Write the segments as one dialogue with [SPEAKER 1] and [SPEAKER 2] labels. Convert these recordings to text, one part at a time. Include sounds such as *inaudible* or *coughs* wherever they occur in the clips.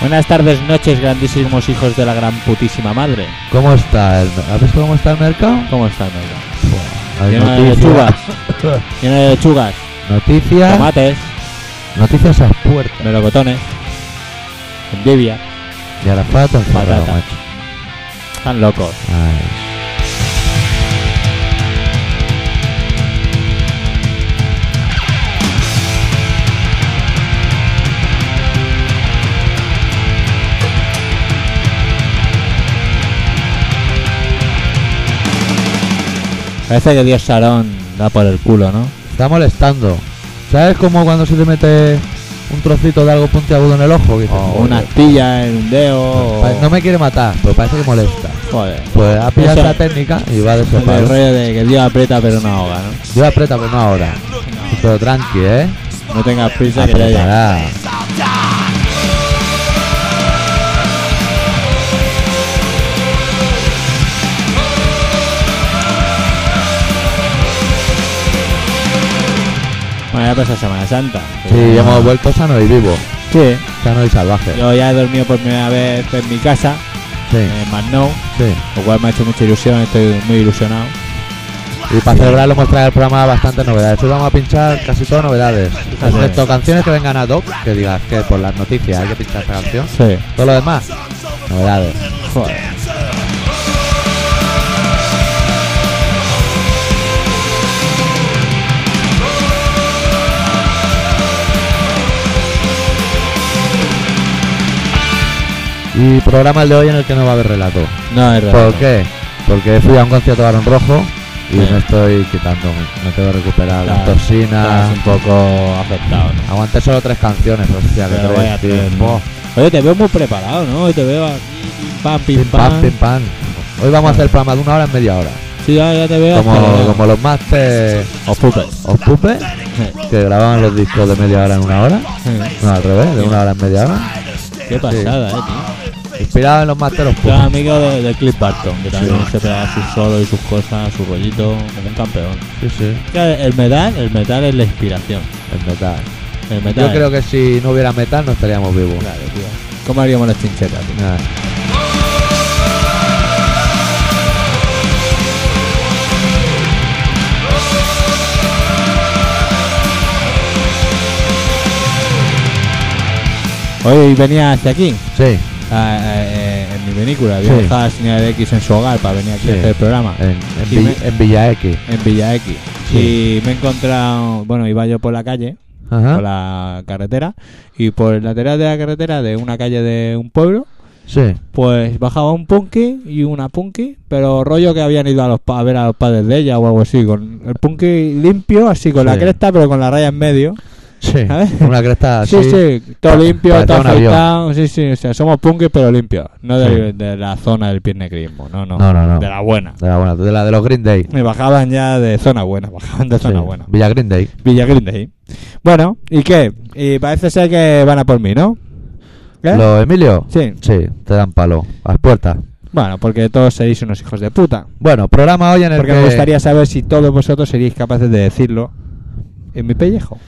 [SPEAKER 1] Buenas tardes, noches, grandísimos hijos de la gran putísima madre.
[SPEAKER 2] ¿Cómo está? El, ¿Has visto cómo está el mercado?
[SPEAKER 1] ¿Cómo están, oiga?
[SPEAKER 2] Buah, hay
[SPEAKER 1] Lleno de lechugas, lleno de lechugas,
[SPEAKER 2] *laughs* noticias,
[SPEAKER 1] tomates,
[SPEAKER 2] noticias a puertas.
[SPEAKER 1] melocotones, endivia.
[SPEAKER 2] Y a la pata encerrado,
[SPEAKER 1] Patata.
[SPEAKER 2] macho.
[SPEAKER 1] Están locos.
[SPEAKER 2] Ay.
[SPEAKER 1] Parece que Dios Sarón da por el culo, ¿no?
[SPEAKER 2] Está molestando. ¿Sabes cómo cuando se te mete un trocito de algo puntiagudo en el ojo? Que dices,
[SPEAKER 1] O
[SPEAKER 2] Oh, "Joder,
[SPEAKER 1] Oh, una astilla en un dedo.
[SPEAKER 2] pa-
[SPEAKER 1] o-
[SPEAKER 2] No me quiere matar, pero parece que molesta.
[SPEAKER 1] Joder.
[SPEAKER 2] Pues ha pillado
[SPEAKER 1] Eso-
[SPEAKER 2] esta técnica y va de ese
[SPEAKER 1] El
[SPEAKER 2] palo.
[SPEAKER 1] rollo de que Dios aprieta pero no ahoga, ¿no?
[SPEAKER 2] Yo aprieta, pero no ahora. Pero tranqui, ¿eh?
[SPEAKER 1] No tengas prisa que ya llega.
[SPEAKER 2] Apretará.
[SPEAKER 1] Bueno, ya pasa Semana Santa.
[SPEAKER 2] Sí, ya hemos vuelto sano y vivo.
[SPEAKER 1] Sí.
[SPEAKER 2] Sano y salvaje.
[SPEAKER 1] Yo ya he dormido por primera vez en mi casa,
[SPEAKER 2] Sí,
[SPEAKER 1] en Magnou,
[SPEAKER 2] sí.
[SPEAKER 1] lo cual me ha hecho mucha ilusión, estoy muy ilusionado.
[SPEAKER 2] Y para celebrarlo hemos traído al programa bastantes novedades. Hoy vamos a pinchar casi todas novedades. Excepto canciones que vengan a Doc, que digas que por las noticias hay que pinchar esta canción.
[SPEAKER 1] Sí.
[SPEAKER 2] Todo lo demás, novedades.
[SPEAKER 1] Joder.
[SPEAKER 2] Y programa el de hoy en el que no va a haber relato.
[SPEAKER 1] No, es verdad.
[SPEAKER 2] ¿Por qué? Porque fui a un concierto de Barón Rojo y
[SPEAKER 1] Sí.
[SPEAKER 2] me estoy quitando, no tengo que recuperar las
[SPEAKER 1] Claro, Estás
[SPEAKER 2] toxinas.
[SPEAKER 1] un poco afectado, ¿no?
[SPEAKER 2] Aguanté solo tres canciones, hostia, que
[SPEAKER 1] Pero
[SPEAKER 2] te voy
[SPEAKER 1] vaya
[SPEAKER 2] a decir.
[SPEAKER 1] tren, ¿no?
[SPEAKER 2] Buah,
[SPEAKER 1] Oye, te veo muy preparado, ¿no? Hoy te veo aquí, pim pam, pim,
[SPEAKER 2] Pim pam,
[SPEAKER 1] pam.
[SPEAKER 2] pim pam. Hoy vamos a hacer el programa de una hora en media hora.
[SPEAKER 1] Sí, ya, ya te veo.
[SPEAKER 2] Como,
[SPEAKER 1] acelerado.
[SPEAKER 2] como los Masters
[SPEAKER 1] Os pupes.
[SPEAKER 2] of Pupe,
[SPEAKER 1] Sí.
[SPEAKER 2] que grababan los discos de media hora en una hora. No, al revés, de una hora en media hora.
[SPEAKER 1] *laughs* Qué pasada, eh, tío.
[SPEAKER 2] Inspirado en los Masters of
[SPEAKER 1] Yo
[SPEAKER 2] Pupe.
[SPEAKER 1] era amigo de, de Cliff Barton, que también
[SPEAKER 2] Sí.
[SPEAKER 1] se pega sus solos y sus cosas, su rollito, como un campeón.
[SPEAKER 2] Sí, sí,
[SPEAKER 1] Es que El metal, el metal es la inspiración.
[SPEAKER 2] el metal.
[SPEAKER 1] El metal.
[SPEAKER 2] Yo creo que si no hubiera metal no estaríamos vivos. Ah,
[SPEAKER 1] Claro, tío. ¿Cómo haríamos las chinchetas, tío?
[SPEAKER 2] Nada.
[SPEAKER 1] Hoy venía hacia aquí,
[SPEAKER 2] Sí,
[SPEAKER 1] a- a- eh, en mi vehículo. Había
[SPEAKER 2] Sí.
[SPEAKER 1] dejado la señal de X en su hogar para venir aquí
[SPEAKER 2] Sí.
[SPEAKER 1] a hacer Este el programa.
[SPEAKER 2] en, en,
[SPEAKER 1] Sí,
[SPEAKER 2] Vi-
[SPEAKER 1] me-
[SPEAKER 2] en Villa X.
[SPEAKER 1] En Villa X.
[SPEAKER 2] Sí.
[SPEAKER 1] Y me he encontrado, bueno, iba yo por la calle,
[SPEAKER 2] Ajá.
[SPEAKER 1] por la carretera, y por el lateral de la carretera de una calle de un pueblo,
[SPEAKER 2] Sí.
[SPEAKER 1] pues bajaba un punky y una punky, pero rollo que habían ido a, los, pa- a ver a los padres de ella o algo así, con el punky limpio, así con la
[SPEAKER 2] Sí.
[SPEAKER 1] cresta, pero con la raya en medio.
[SPEAKER 2] Sí.
[SPEAKER 1] A ver.
[SPEAKER 2] Una cresta así.
[SPEAKER 1] Sí, sí, todo limpio,
[SPEAKER 2] Parecía
[SPEAKER 1] todo
[SPEAKER 2] Ah, un avión.
[SPEAKER 1] afeitado, sí, sí, o sea, somos punky pero limpios, no de,
[SPEAKER 2] Sí.
[SPEAKER 1] de la zona del piernegrismo, no, no,
[SPEAKER 2] No, no, no.
[SPEAKER 1] de la buena.
[SPEAKER 2] De la, buena, Ah, de la de los Green Day.
[SPEAKER 1] Me bajaban ya de zona buena, *laughs* bajaban de zona
[SPEAKER 2] Sí,
[SPEAKER 1] buena.
[SPEAKER 2] Villa Green Day.
[SPEAKER 1] Villa Green Day. Bueno, ¿y qué? Y parece ser que van a por mí, ¿no? ¿Eh?
[SPEAKER 2] ¿Los Emilio?
[SPEAKER 1] Sí.
[SPEAKER 2] Sí, te dan palo. A las puertas.
[SPEAKER 1] Bueno, porque todos seréis unos hijos de puta.
[SPEAKER 2] Bueno, programa hoy en el
[SPEAKER 1] Porque
[SPEAKER 2] que...
[SPEAKER 1] me gustaría saber si todos vosotros seríais capaces de decirlo en mi pellejo.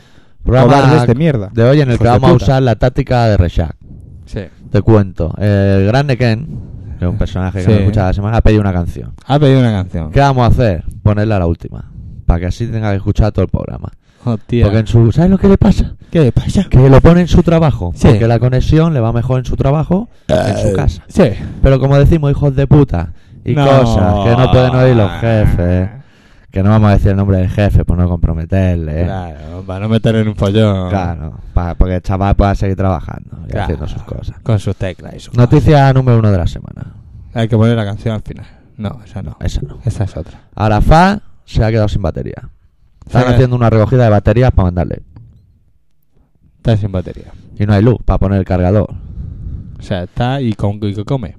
[SPEAKER 1] Cobardes
[SPEAKER 2] Programa
[SPEAKER 1] de este mierda.
[SPEAKER 2] de hoy en el
[SPEAKER 1] Hijos
[SPEAKER 2] que
[SPEAKER 1] de
[SPEAKER 2] vamos a
[SPEAKER 1] puta.
[SPEAKER 2] usar la táctica de Reshak.
[SPEAKER 1] Sí.
[SPEAKER 2] Te cuento. El grande Ken, que es un personaje que
[SPEAKER 1] Sí.
[SPEAKER 2] no escuchaba la semana, ha pedido una canción.
[SPEAKER 1] Ha pedido una canción.
[SPEAKER 2] ¿Qué vamos a hacer? Ponerla a la última. Para que así tenga que escuchar todo el programa.
[SPEAKER 1] Hostia.
[SPEAKER 2] Porque en su... ¿Sabes lo que le pasa?
[SPEAKER 1] ¿Qué le pasa?
[SPEAKER 2] Que lo pone en su trabajo.
[SPEAKER 1] Sí.
[SPEAKER 2] Porque la conexión le va mejor en su trabajo que en
[SPEAKER 1] Eh.
[SPEAKER 2] su casa.
[SPEAKER 1] Sí.
[SPEAKER 2] Pero como decimos, hijos de puta y
[SPEAKER 1] No.
[SPEAKER 2] cosas que no pueden oír los jefes, que no vamos a decir el nombre del jefe por no comprometerle. ¿eh?
[SPEAKER 1] Claro, para no meter en un follón.
[SPEAKER 2] Claro, pa- porque el chaval pueda seguir trabajando y
[SPEAKER 1] Claro.
[SPEAKER 2] haciendo sus cosas.
[SPEAKER 1] Con sus teclas y sus
[SPEAKER 2] Noticia número uno de la semana.
[SPEAKER 1] cosas. Hay que poner la canción al final. No, esa no.
[SPEAKER 2] Esa no.
[SPEAKER 1] Esa es otra.
[SPEAKER 2] Arafat se ha quedado sin batería. Están
[SPEAKER 1] Sí.
[SPEAKER 2] haciendo una recogida de baterías para mandarle.
[SPEAKER 1] Está sin batería.
[SPEAKER 2] Y no hay luz para poner el cargador.
[SPEAKER 1] O sea, está y con y que come.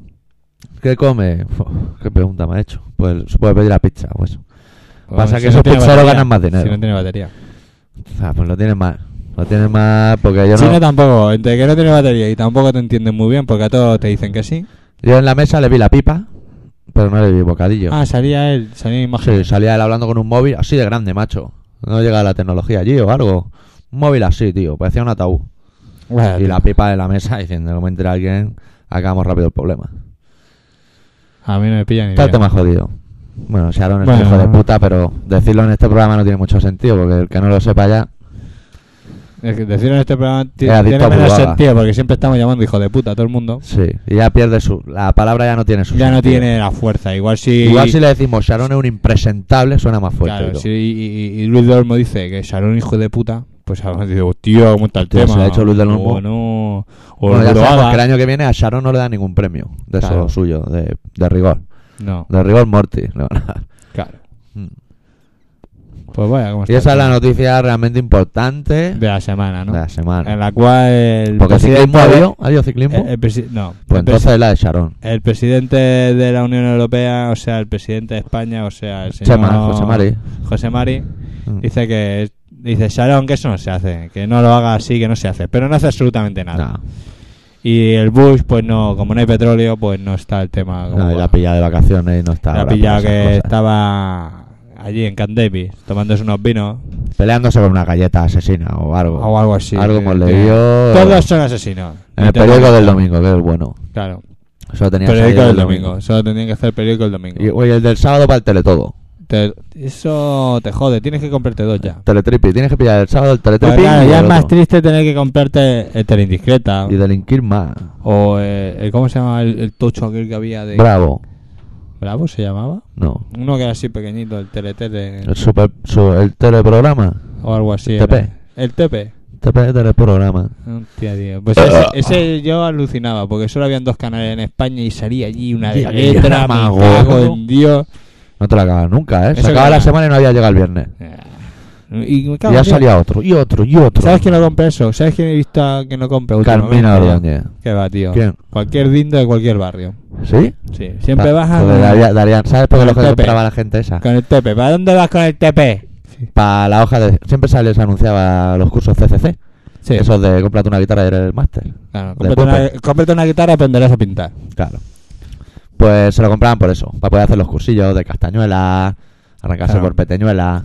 [SPEAKER 2] ¿Qué come? Uf, ¿Qué pregunta me ha hecho? Pues se puede pedir la pizza o eso. Pasa
[SPEAKER 1] Bueno,
[SPEAKER 2] que esos
[SPEAKER 1] tiene
[SPEAKER 2] pizzeros
[SPEAKER 1] batería,
[SPEAKER 2] ganan más dinero.
[SPEAKER 1] Si no tiene batería.
[SPEAKER 2] Ah, pues lo tienen mal. Lo tienen mal porque yo
[SPEAKER 1] Chino
[SPEAKER 2] no...
[SPEAKER 1] tampoco, entre que no tiene batería y tampoco te entienden muy bien porque a todos te dicen que sí.
[SPEAKER 2] Yo en la mesa le vi la pipa, pero no le vi bocadillo.
[SPEAKER 1] Ah, salía él, salía
[SPEAKER 2] Sí,
[SPEAKER 1] imagen.
[SPEAKER 2] salía él hablando con un móvil así de grande, macho. No llega la tecnología allí o algo. Un móvil así, tío. Parecía un ataúd.
[SPEAKER 1] Bueno,
[SPEAKER 2] Y la pipa de la mesa diciendo, como entre alguien, acabamos rápido el problema.
[SPEAKER 1] A mí no me pillan ni
[SPEAKER 2] Está el
[SPEAKER 1] bien.
[SPEAKER 2] tema jodido. Bueno, Sharon es
[SPEAKER 1] Bueno.
[SPEAKER 2] un hijo de puta, pero decirlo en este programa no tiene mucho sentido, porque el que no lo sepa ya,
[SPEAKER 1] Es que decirlo en este programa ti-
[SPEAKER 2] Era
[SPEAKER 1] tiene,
[SPEAKER 2] adicto a
[SPEAKER 1] menos
[SPEAKER 2] Bulgaga.
[SPEAKER 1] sentido porque siempre estamos llamando hijo de puta a todo el mundo.
[SPEAKER 2] sí, y ya pierde su... La palabra ya no tiene su
[SPEAKER 1] Ya no
[SPEAKER 2] sentido.
[SPEAKER 1] tiene la fuerza. Igual si.
[SPEAKER 2] Igual si le decimos Sharon es un impresentable, suena más fuerte.
[SPEAKER 1] claro,
[SPEAKER 2] digo.
[SPEAKER 1] si- y, y- y Luis de Olmo dice que Sharon hijo de puta, pues a dice, tío, ¿cómo está el
[SPEAKER 2] Tío,
[SPEAKER 1] tema?
[SPEAKER 2] se le ha hecho Luis de Olmo.
[SPEAKER 1] O no. O
[SPEAKER 2] Bueno, ya
[SPEAKER 1] Buruaga.
[SPEAKER 2] sabemos que el año que viene a Sharon no le da ningún premio de eso
[SPEAKER 1] Claro.
[SPEAKER 2] suyo, de, de rigor.
[SPEAKER 1] No,
[SPEAKER 2] De rigor *laughs* Morty. le van a dar.
[SPEAKER 1] claro.
[SPEAKER 2] Mm.
[SPEAKER 1] Pues vaya, ¿cómo está
[SPEAKER 2] Y esa es
[SPEAKER 1] el
[SPEAKER 2] la
[SPEAKER 1] tema?
[SPEAKER 2] noticia realmente importante
[SPEAKER 1] de la semana, ¿no?
[SPEAKER 2] de la semana.
[SPEAKER 1] En la cual el
[SPEAKER 2] Porque ciclismo
[SPEAKER 1] presidente-
[SPEAKER 2] ha habido, ha habido ciclismo.
[SPEAKER 1] el- el presi- no,
[SPEAKER 2] pues
[SPEAKER 1] eh, el presi-
[SPEAKER 2] entonces la de Sharon.
[SPEAKER 1] El presidente de la Unión Europea, o sea, el presidente de España, o sea, el señor
[SPEAKER 2] Chema, José Mari.
[SPEAKER 1] José Mari,
[SPEAKER 2] Mm.
[SPEAKER 1] dice que dice Sharon que eso no se hace, que no lo haga así, que no se hace, pero no hace absolutamente nada.
[SPEAKER 2] Nah,
[SPEAKER 1] Y el Bush, pues no, como no hay petróleo, pues no está el tema. Como
[SPEAKER 2] nah, y
[SPEAKER 1] va.
[SPEAKER 2] la pilla de vacaciones y no está.
[SPEAKER 1] La
[SPEAKER 2] ahora
[SPEAKER 1] pilla
[SPEAKER 2] para esas
[SPEAKER 1] que
[SPEAKER 2] cosas.
[SPEAKER 1] estaba allí en Camp Davis tomándose unos vinos
[SPEAKER 2] Peleándose con una galleta asesina o algo.
[SPEAKER 1] o algo así.
[SPEAKER 2] Algo
[SPEAKER 1] Que-
[SPEAKER 2] hemos
[SPEAKER 1] que-
[SPEAKER 2] leído.
[SPEAKER 1] Todos son asesinos.
[SPEAKER 2] En el periódico del domingo, que es bueno.
[SPEAKER 1] Claro,
[SPEAKER 2] Eso tenía que
[SPEAKER 1] periódico
[SPEAKER 2] salir
[SPEAKER 1] del
[SPEAKER 2] el
[SPEAKER 1] domingo. Solo tendrían que hacer el periódico el domingo.
[SPEAKER 2] Y, oye, el del sábado para el teletodo.
[SPEAKER 1] Te- eso te jode, tienes que comprarte dos ya.
[SPEAKER 2] Teletripi. Tienes que pillar el sábado el teletripi.
[SPEAKER 1] Pero claro,
[SPEAKER 2] y
[SPEAKER 1] ya
[SPEAKER 2] el
[SPEAKER 1] es más
[SPEAKER 2] otro.
[SPEAKER 1] triste tener que comprarte el tele indiscreta
[SPEAKER 2] Y delinquir más.
[SPEAKER 1] o eh, el- ¿cómo se llama el, el tocho aquel que había de
[SPEAKER 2] Bravo.
[SPEAKER 1] Bravo se llamaba?
[SPEAKER 2] No.
[SPEAKER 1] Uno que era así pequeñito, el teletele
[SPEAKER 2] El, super, su- el teleprograma.
[SPEAKER 1] o algo así.
[SPEAKER 2] TP.
[SPEAKER 1] era. El TP.
[SPEAKER 2] TP de teleprograma.
[SPEAKER 1] Hostia, tío. Pues ese, ese yo alucinaba, porque solo habían dos canales en España y salía allí una de
[SPEAKER 2] Ya, ya,
[SPEAKER 1] letra, me
[SPEAKER 2] mago.
[SPEAKER 1] cago en Dios.
[SPEAKER 2] No te la acabas nunca, ¿eh?
[SPEAKER 1] Eso
[SPEAKER 2] Se acaba
[SPEAKER 1] que
[SPEAKER 2] la
[SPEAKER 1] no.
[SPEAKER 2] semana y no había llegado el viernes.
[SPEAKER 1] Y me cago
[SPEAKER 2] Y ya
[SPEAKER 1] en Dios.
[SPEAKER 2] salía otro, y otro, y otro.
[SPEAKER 1] ¿Sabes quién no compra eso? ¿Sabes quién he visto a- que no compra?
[SPEAKER 2] Carmina
[SPEAKER 1] últimamente?
[SPEAKER 2] Ordóñez.
[SPEAKER 1] ¿Qué va, tío?
[SPEAKER 2] ¿Quién?
[SPEAKER 1] Cualquier dindo de cualquier barrio.
[SPEAKER 2] ¿Sí?
[SPEAKER 1] Sí, siempre
[SPEAKER 2] Ah,
[SPEAKER 1] bajan
[SPEAKER 2] pues Darían, Darían, ¿sabes por
[SPEAKER 1] Con
[SPEAKER 2] qué lo
[SPEAKER 1] el
[SPEAKER 2] que
[SPEAKER 1] Pepe.
[SPEAKER 2] compraba la gente esa?
[SPEAKER 1] con el TP. ¿Para dónde vas con el TP? Sí.
[SPEAKER 2] Para la hoja de. Siempre se les anunciaba los cursos CCC. Esos de cómprate una guitarra y eres el máster.
[SPEAKER 1] Claro,
[SPEAKER 2] de
[SPEAKER 1] cómprate,
[SPEAKER 2] Popper.
[SPEAKER 1] una, cómprate una guitarra y aprenderás a pintar.
[SPEAKER 2] Claro. Pues se lo compraban por eso. Para poder hacer los cursillos de castañuela, arrancarse
[SPEAKER 1] Claro.
[SPEAKER 2] por peteñuela,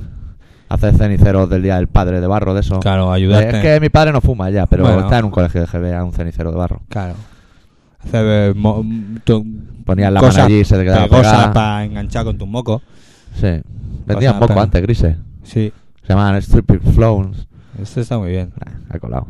[SPEAKER 2] hacer ceniceros del día del padre de barro, de eso.
[SPEAKER 1] Claro,
[SPEAKER 2] Eh, es que mi padre no fuma ya, pero
[SPEAKER 1] Bueno.
[SPEAKER 2] está en un colegio de GB, un cenicero de barro.
[SPEAKER 1] Claro. Hacer eh, mo- tu-
[SPEAKER 2] Ponían la
[SPEAKER 1] cosas
[SPEAKER 2] mano allí y se te quedaba
[SPEAKER 1] pegosas
[SPEAKER 2] pegada.
[SPEAKER 1] para enganchar con tus mocos.
[SPEAKER 2] Sí.
[SPEAKER 1] Cosas
[SPEAKER 2] Vendían poco
[SPEAKER 1] para-
[SPEAKER 2] antes, grises.
[SPEAKER 1] Sí,
[SPEAKER 2] Se llamaban Stupid Flowns.
[SPEAKER 1] eso está muy bien.
[SPEAKER 2] Nah, ha colado.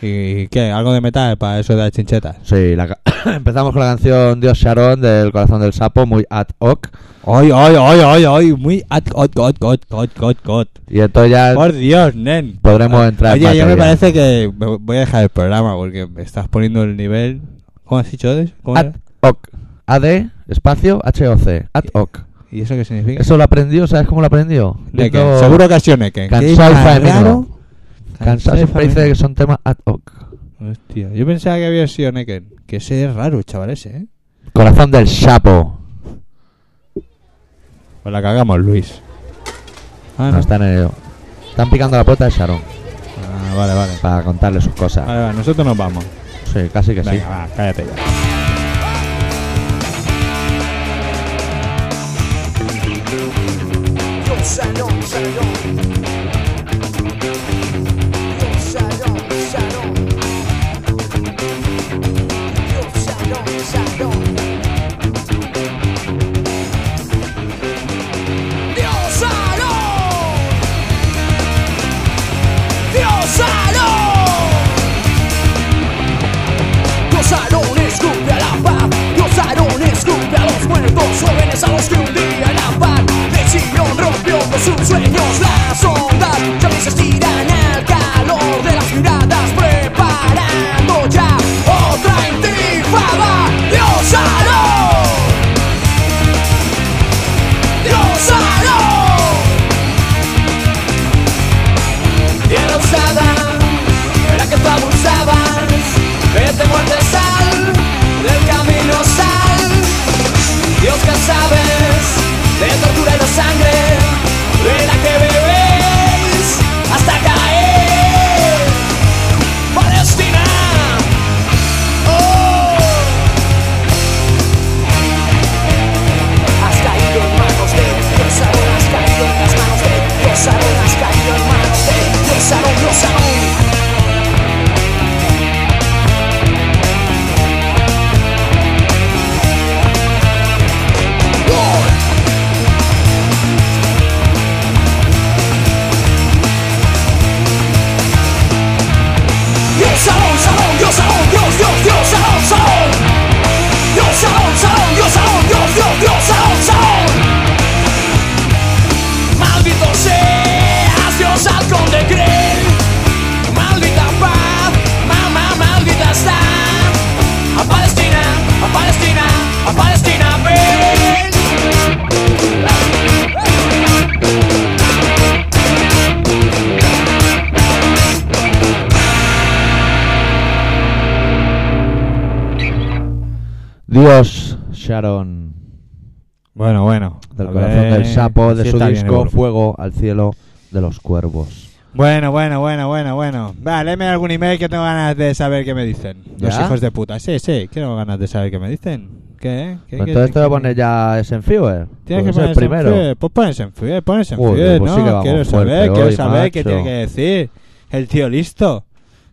[SPEAKER 1] ¿Y qué? ¿Algo de metal para eso de las chinchetas?
[SPEAKER 2] Sí, la ca- *coughs* empezamos con la canción Dios Sharon del Corazón del Sapo, muy ad hoc.
[SPEAKER 1] ¡Ay, ay, ay, ay, ay! Muy... at- ot- ot- ot- ot- ot- ot.
[SPEAKER 2] Y entonces ya
[SPEAKER 1] Por Dios, nen. Ah,
[SPEAKER 2] podremos entrar en
[SPEAKER 1] Oye, yo me
[SPEAKER 2] materia.
[SPEAKER 1] parece que me voy a dejar el programa porque me estás poniendo el nivel. ¿Cómo has dicho? Odes? ¿Cómo
[SPEAKER 2] Ad
[SPEAKER 1] era?
[SPEAKER 2] hoc. AD, espacio, HOC. Ad hoc.
[SPEAKER 1] ¿Y eso qué significa?
[SPEAKER 2] Eso lo aprendió, ¿sabes cómo lo aprendió?
[SPEAKER 1] Neken.
[SPEAKER 2] Viendo-
[SPEAKER 1] Seguro que ha sido Neken.
[SPEAKER 2] Kansai
[SPEAKER 1] ¿Qué más
[SPEAKER 2] Famino.
[SPEAKER 1] raro?
[SPEAKER 2] Cansado
[SPEAKER 1] Kansai
[SPEAKER 2] siempre dice
[SPEAKER 1] Famino.
[SPEAKER 2] que son temas ad hoc.
[SPEAKER 1] Hostia, yo pensaba que había sido Neken. Que ese es raro, chaval, ese, ¿eh?
[SPEAKER 2] Corazón del Sapo.
[SPEAKER 1] Pues la cagamos, Luis. Ah,
[SPEAKER 2] No están en ello. Están picando la puerta de Sharon
[SPEAKER 1] Ah, vale, vale.
[SPEAKER 2] para contarle sus cosas.
[SPEAKER 1] Vale, vale, nosotros nos vamos.
[SPEAKER 2] Sí, casi que sí.
[SPEAKER 1] Ah. Venga, va, cállate ya.
[SPEAKER 3] Yo Sharon, Sharon. Yo Sharon, Sharon. Yo Sharon, Sharon. Dios Sharon. Dios Sharon. Los arones escupe a la paz, los arones escupe a los muertos, jóvenes a los que un día la paz, de Sion rompió con sus sueños la
[SPEAKER 4] Oh.
[SPEAKER 2] Dios Sharon,
[SPEAKER 1] Bueno, bueno.
[SPEAKER 2] del
[SPEAKER 1] A
[SPEAKER 2] corazón
[SPEAKER 1] ver
[SPEAKER 2] del sapo, de
[SPEAKER 1] si
[SPEAKER 2] su
[SPEAKER 1] está bien el
[SPEAKER 2] disco
[SPEAKER 1] grupo.
[SPEAKER 2] Fuego al cielo de los cuervos.
[SPEAKER 1] Bueno, bueno, bueno, bueno, bueno. Va, léeme algún email que tengo ganas de saber qué me dicen. Los
[SPEAKER 2] ¿Ya?
[SPEAKER 1] hijos de puta. Sí, sí, que tengo ganas de saber qué me dicen. ¿Qué? ¿Qué
[SPEAKER 2] Pues
[SPEAKER 1] qué-
[SPEAKER 2] entonces te voy a
[SPEAKER 1] qué-
[SPEAKER 2] poner ya Senfewer.
[SPEAKER 1] Tienes que
[SPEAKER 2] porque es el
[SPEAKER 1] ponerse en
[SPEAKER 2] primero.
[SPEAKER 1] frío. Pues pones en frío, pones en
[SPEAKER 2] Joder,
[SPEAKER 1] frío,
[SPEAKER 2] pues
[SPEAKER 1] ¿no?
[SPEAKER 2] sí que vamos
[SPEAKER 1] quiero
[SPEAKER 2] fuerte
[SPEAKER 1] saber, quiero
[SPEAKER 2] hoy,
[SPEAKER 1] saber qué
[SPEAKER 2] macho.
[SPEAKER 1] tiene que decir. El tío listo.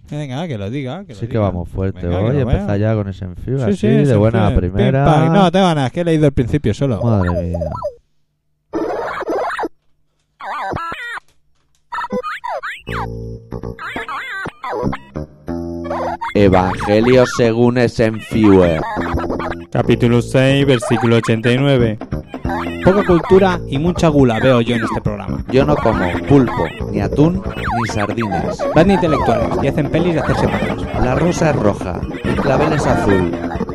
[SPEAKER 1] Venga, que lo diga. Que lo
[SPEAKER 2] Sí que
[SPEAKER 1] diga.
[SPEAKER 2] vamos fuerte
[SPEAKER 1] eh, Venga, que
[SPEAKER 2] hoy.
[SPEAKER 1] lo vea.
[SPEAKER 2] Empezar ya con Senfewer.
[SPEAKER 1] Sí,
[SPEAKER 2] así,
[SPEAKER 1] sí,
[SPEAKER 2] de
[SPEAKER 1] sin
[SPEAKER 2] buena
[SPEAKER 1] frío. Pim,
[SPEAKER 2] primera.
[SPEAKER 1] pam. No, tengo ganas, que he leído el principio solo.
[SPEAKER 2] Madre mía.
[SPEAKER 5] Evangelio según Eisenhower.
[SPEAKER 6] Capítulo 6, versículo 89.
[SPEAKER 1] Poca cultura y mucha gula veo yo en este programa.
[SPEAKER 5] Yo no como pulpo, ni atún, ni sardinas.
[SPEAKER 1] Van de intelectuales y hacen pelis de hacerse palos.
[SPEAKER 5] La rosa es roja, el clavel es azul.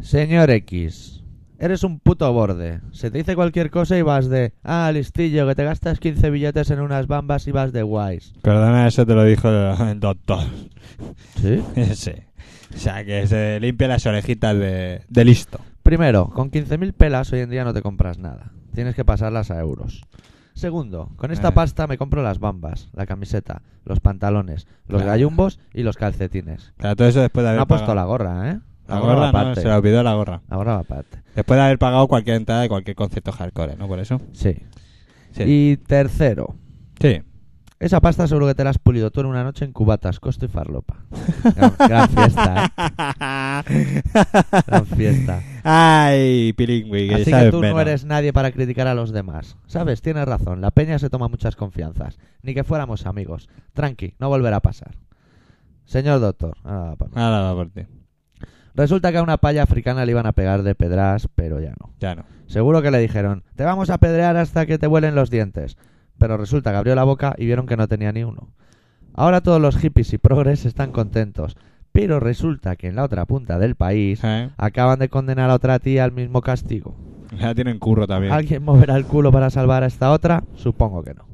[SPEAKER 2] Señor X, eres un puto borde. Se te dice cualquier cosa y vas de. Ah, listillo, que te gastas 15 billetes en unas bambas y vas de guays.
[SPEAKER 1] Perdona, eso te lo dijo el doctor. *laughs*
[SPEAKER 2] ¿Sí?
[SPEAKER 1] Ese. O sea, que se limpie las orejitas de, de listo.
[SPEAKER 2] Primero, con 15.000 pelas hoy en día no te compras nada. Tienes que pasarlas a euros. Segundo, con esta
[SPEAKER 1] Eh.
[SPEAKER 2] pasta me compro las bambas, la camiseta, los pantalones, los
[SPEAKER 1] Claro.
[SPEAKER 2] gallumbos y los calcetines.
[SPEAKER 1] Claro, todo eso después de haber
[SPEAKER 2] No ha puesto la
[SPEAKER 1] pagado-
[SPEAKER 2] gorra, ¿eh?
[SPEAKER 1] La gorra, no,
[SPEAKER 2] aparte.
[SPEAKER 1] se la olvidó la gorra.
[SPEAKER 2] La gorra aparte.
[SPEAKER 1] Después de haber pagado cualquier entrada de cualquier concierto hardcore, ¿no? Por eso.
[SPEAKER 2] Sí.
[SPEAKER 1] Sí.
[SPEAKER 2] Y tercero,
[SPEAKER 1] Sí.
[SPEAKER 2] Esa pasta seguro que te la has pulido tú en una noche en cubatas, costo y farlopa. Gran, gran fiesta, ¿eh? Gran
[SPEAKER 1] *laughs*
[SPEAKER 2] fiesta.
[SPEAKER 1] Ay, Pilingüi, que
[SPEAKER 2] Así que
[SPEAKER 1] sabes
[SPEAKER 2] tú no
[SPEAKER 1] menos.
[SPEAKER 2] eres nadie para criticar a los demás. Sabes, tienes razón, la peña se toma muchas confianzas. Ni que fuéramos amigos. Tranqui, no volverá a pasar. Señor doctor, ahora va por mí.
[SPEAKER 1] Ahora va por ti.
[SPEAKER 2] resulta que a una palla africana le iban a pegar de pedras, pero ya no.
[SPEAKER 1] Ya no.
[SPEAKER 2] Seguro que le dijeron, te vamos a pedrear hasta que te vuelen los dientes. Pero resulta que abrió la boca y vieron que no tenía ni uno. Ahora todos los hippies y progres están contentos, pero resulta que en la otra punta del país
[SPEAKER 1] ¿Eh?
[SPEAKER 2] acaban de condenar a otra tía al mismo castigo.
[SPEAKER 1] Ya tienen curro también.
[SPEAKER 2] ¿Alguien moverá el culo para salvar a esta otra? Supongo que no.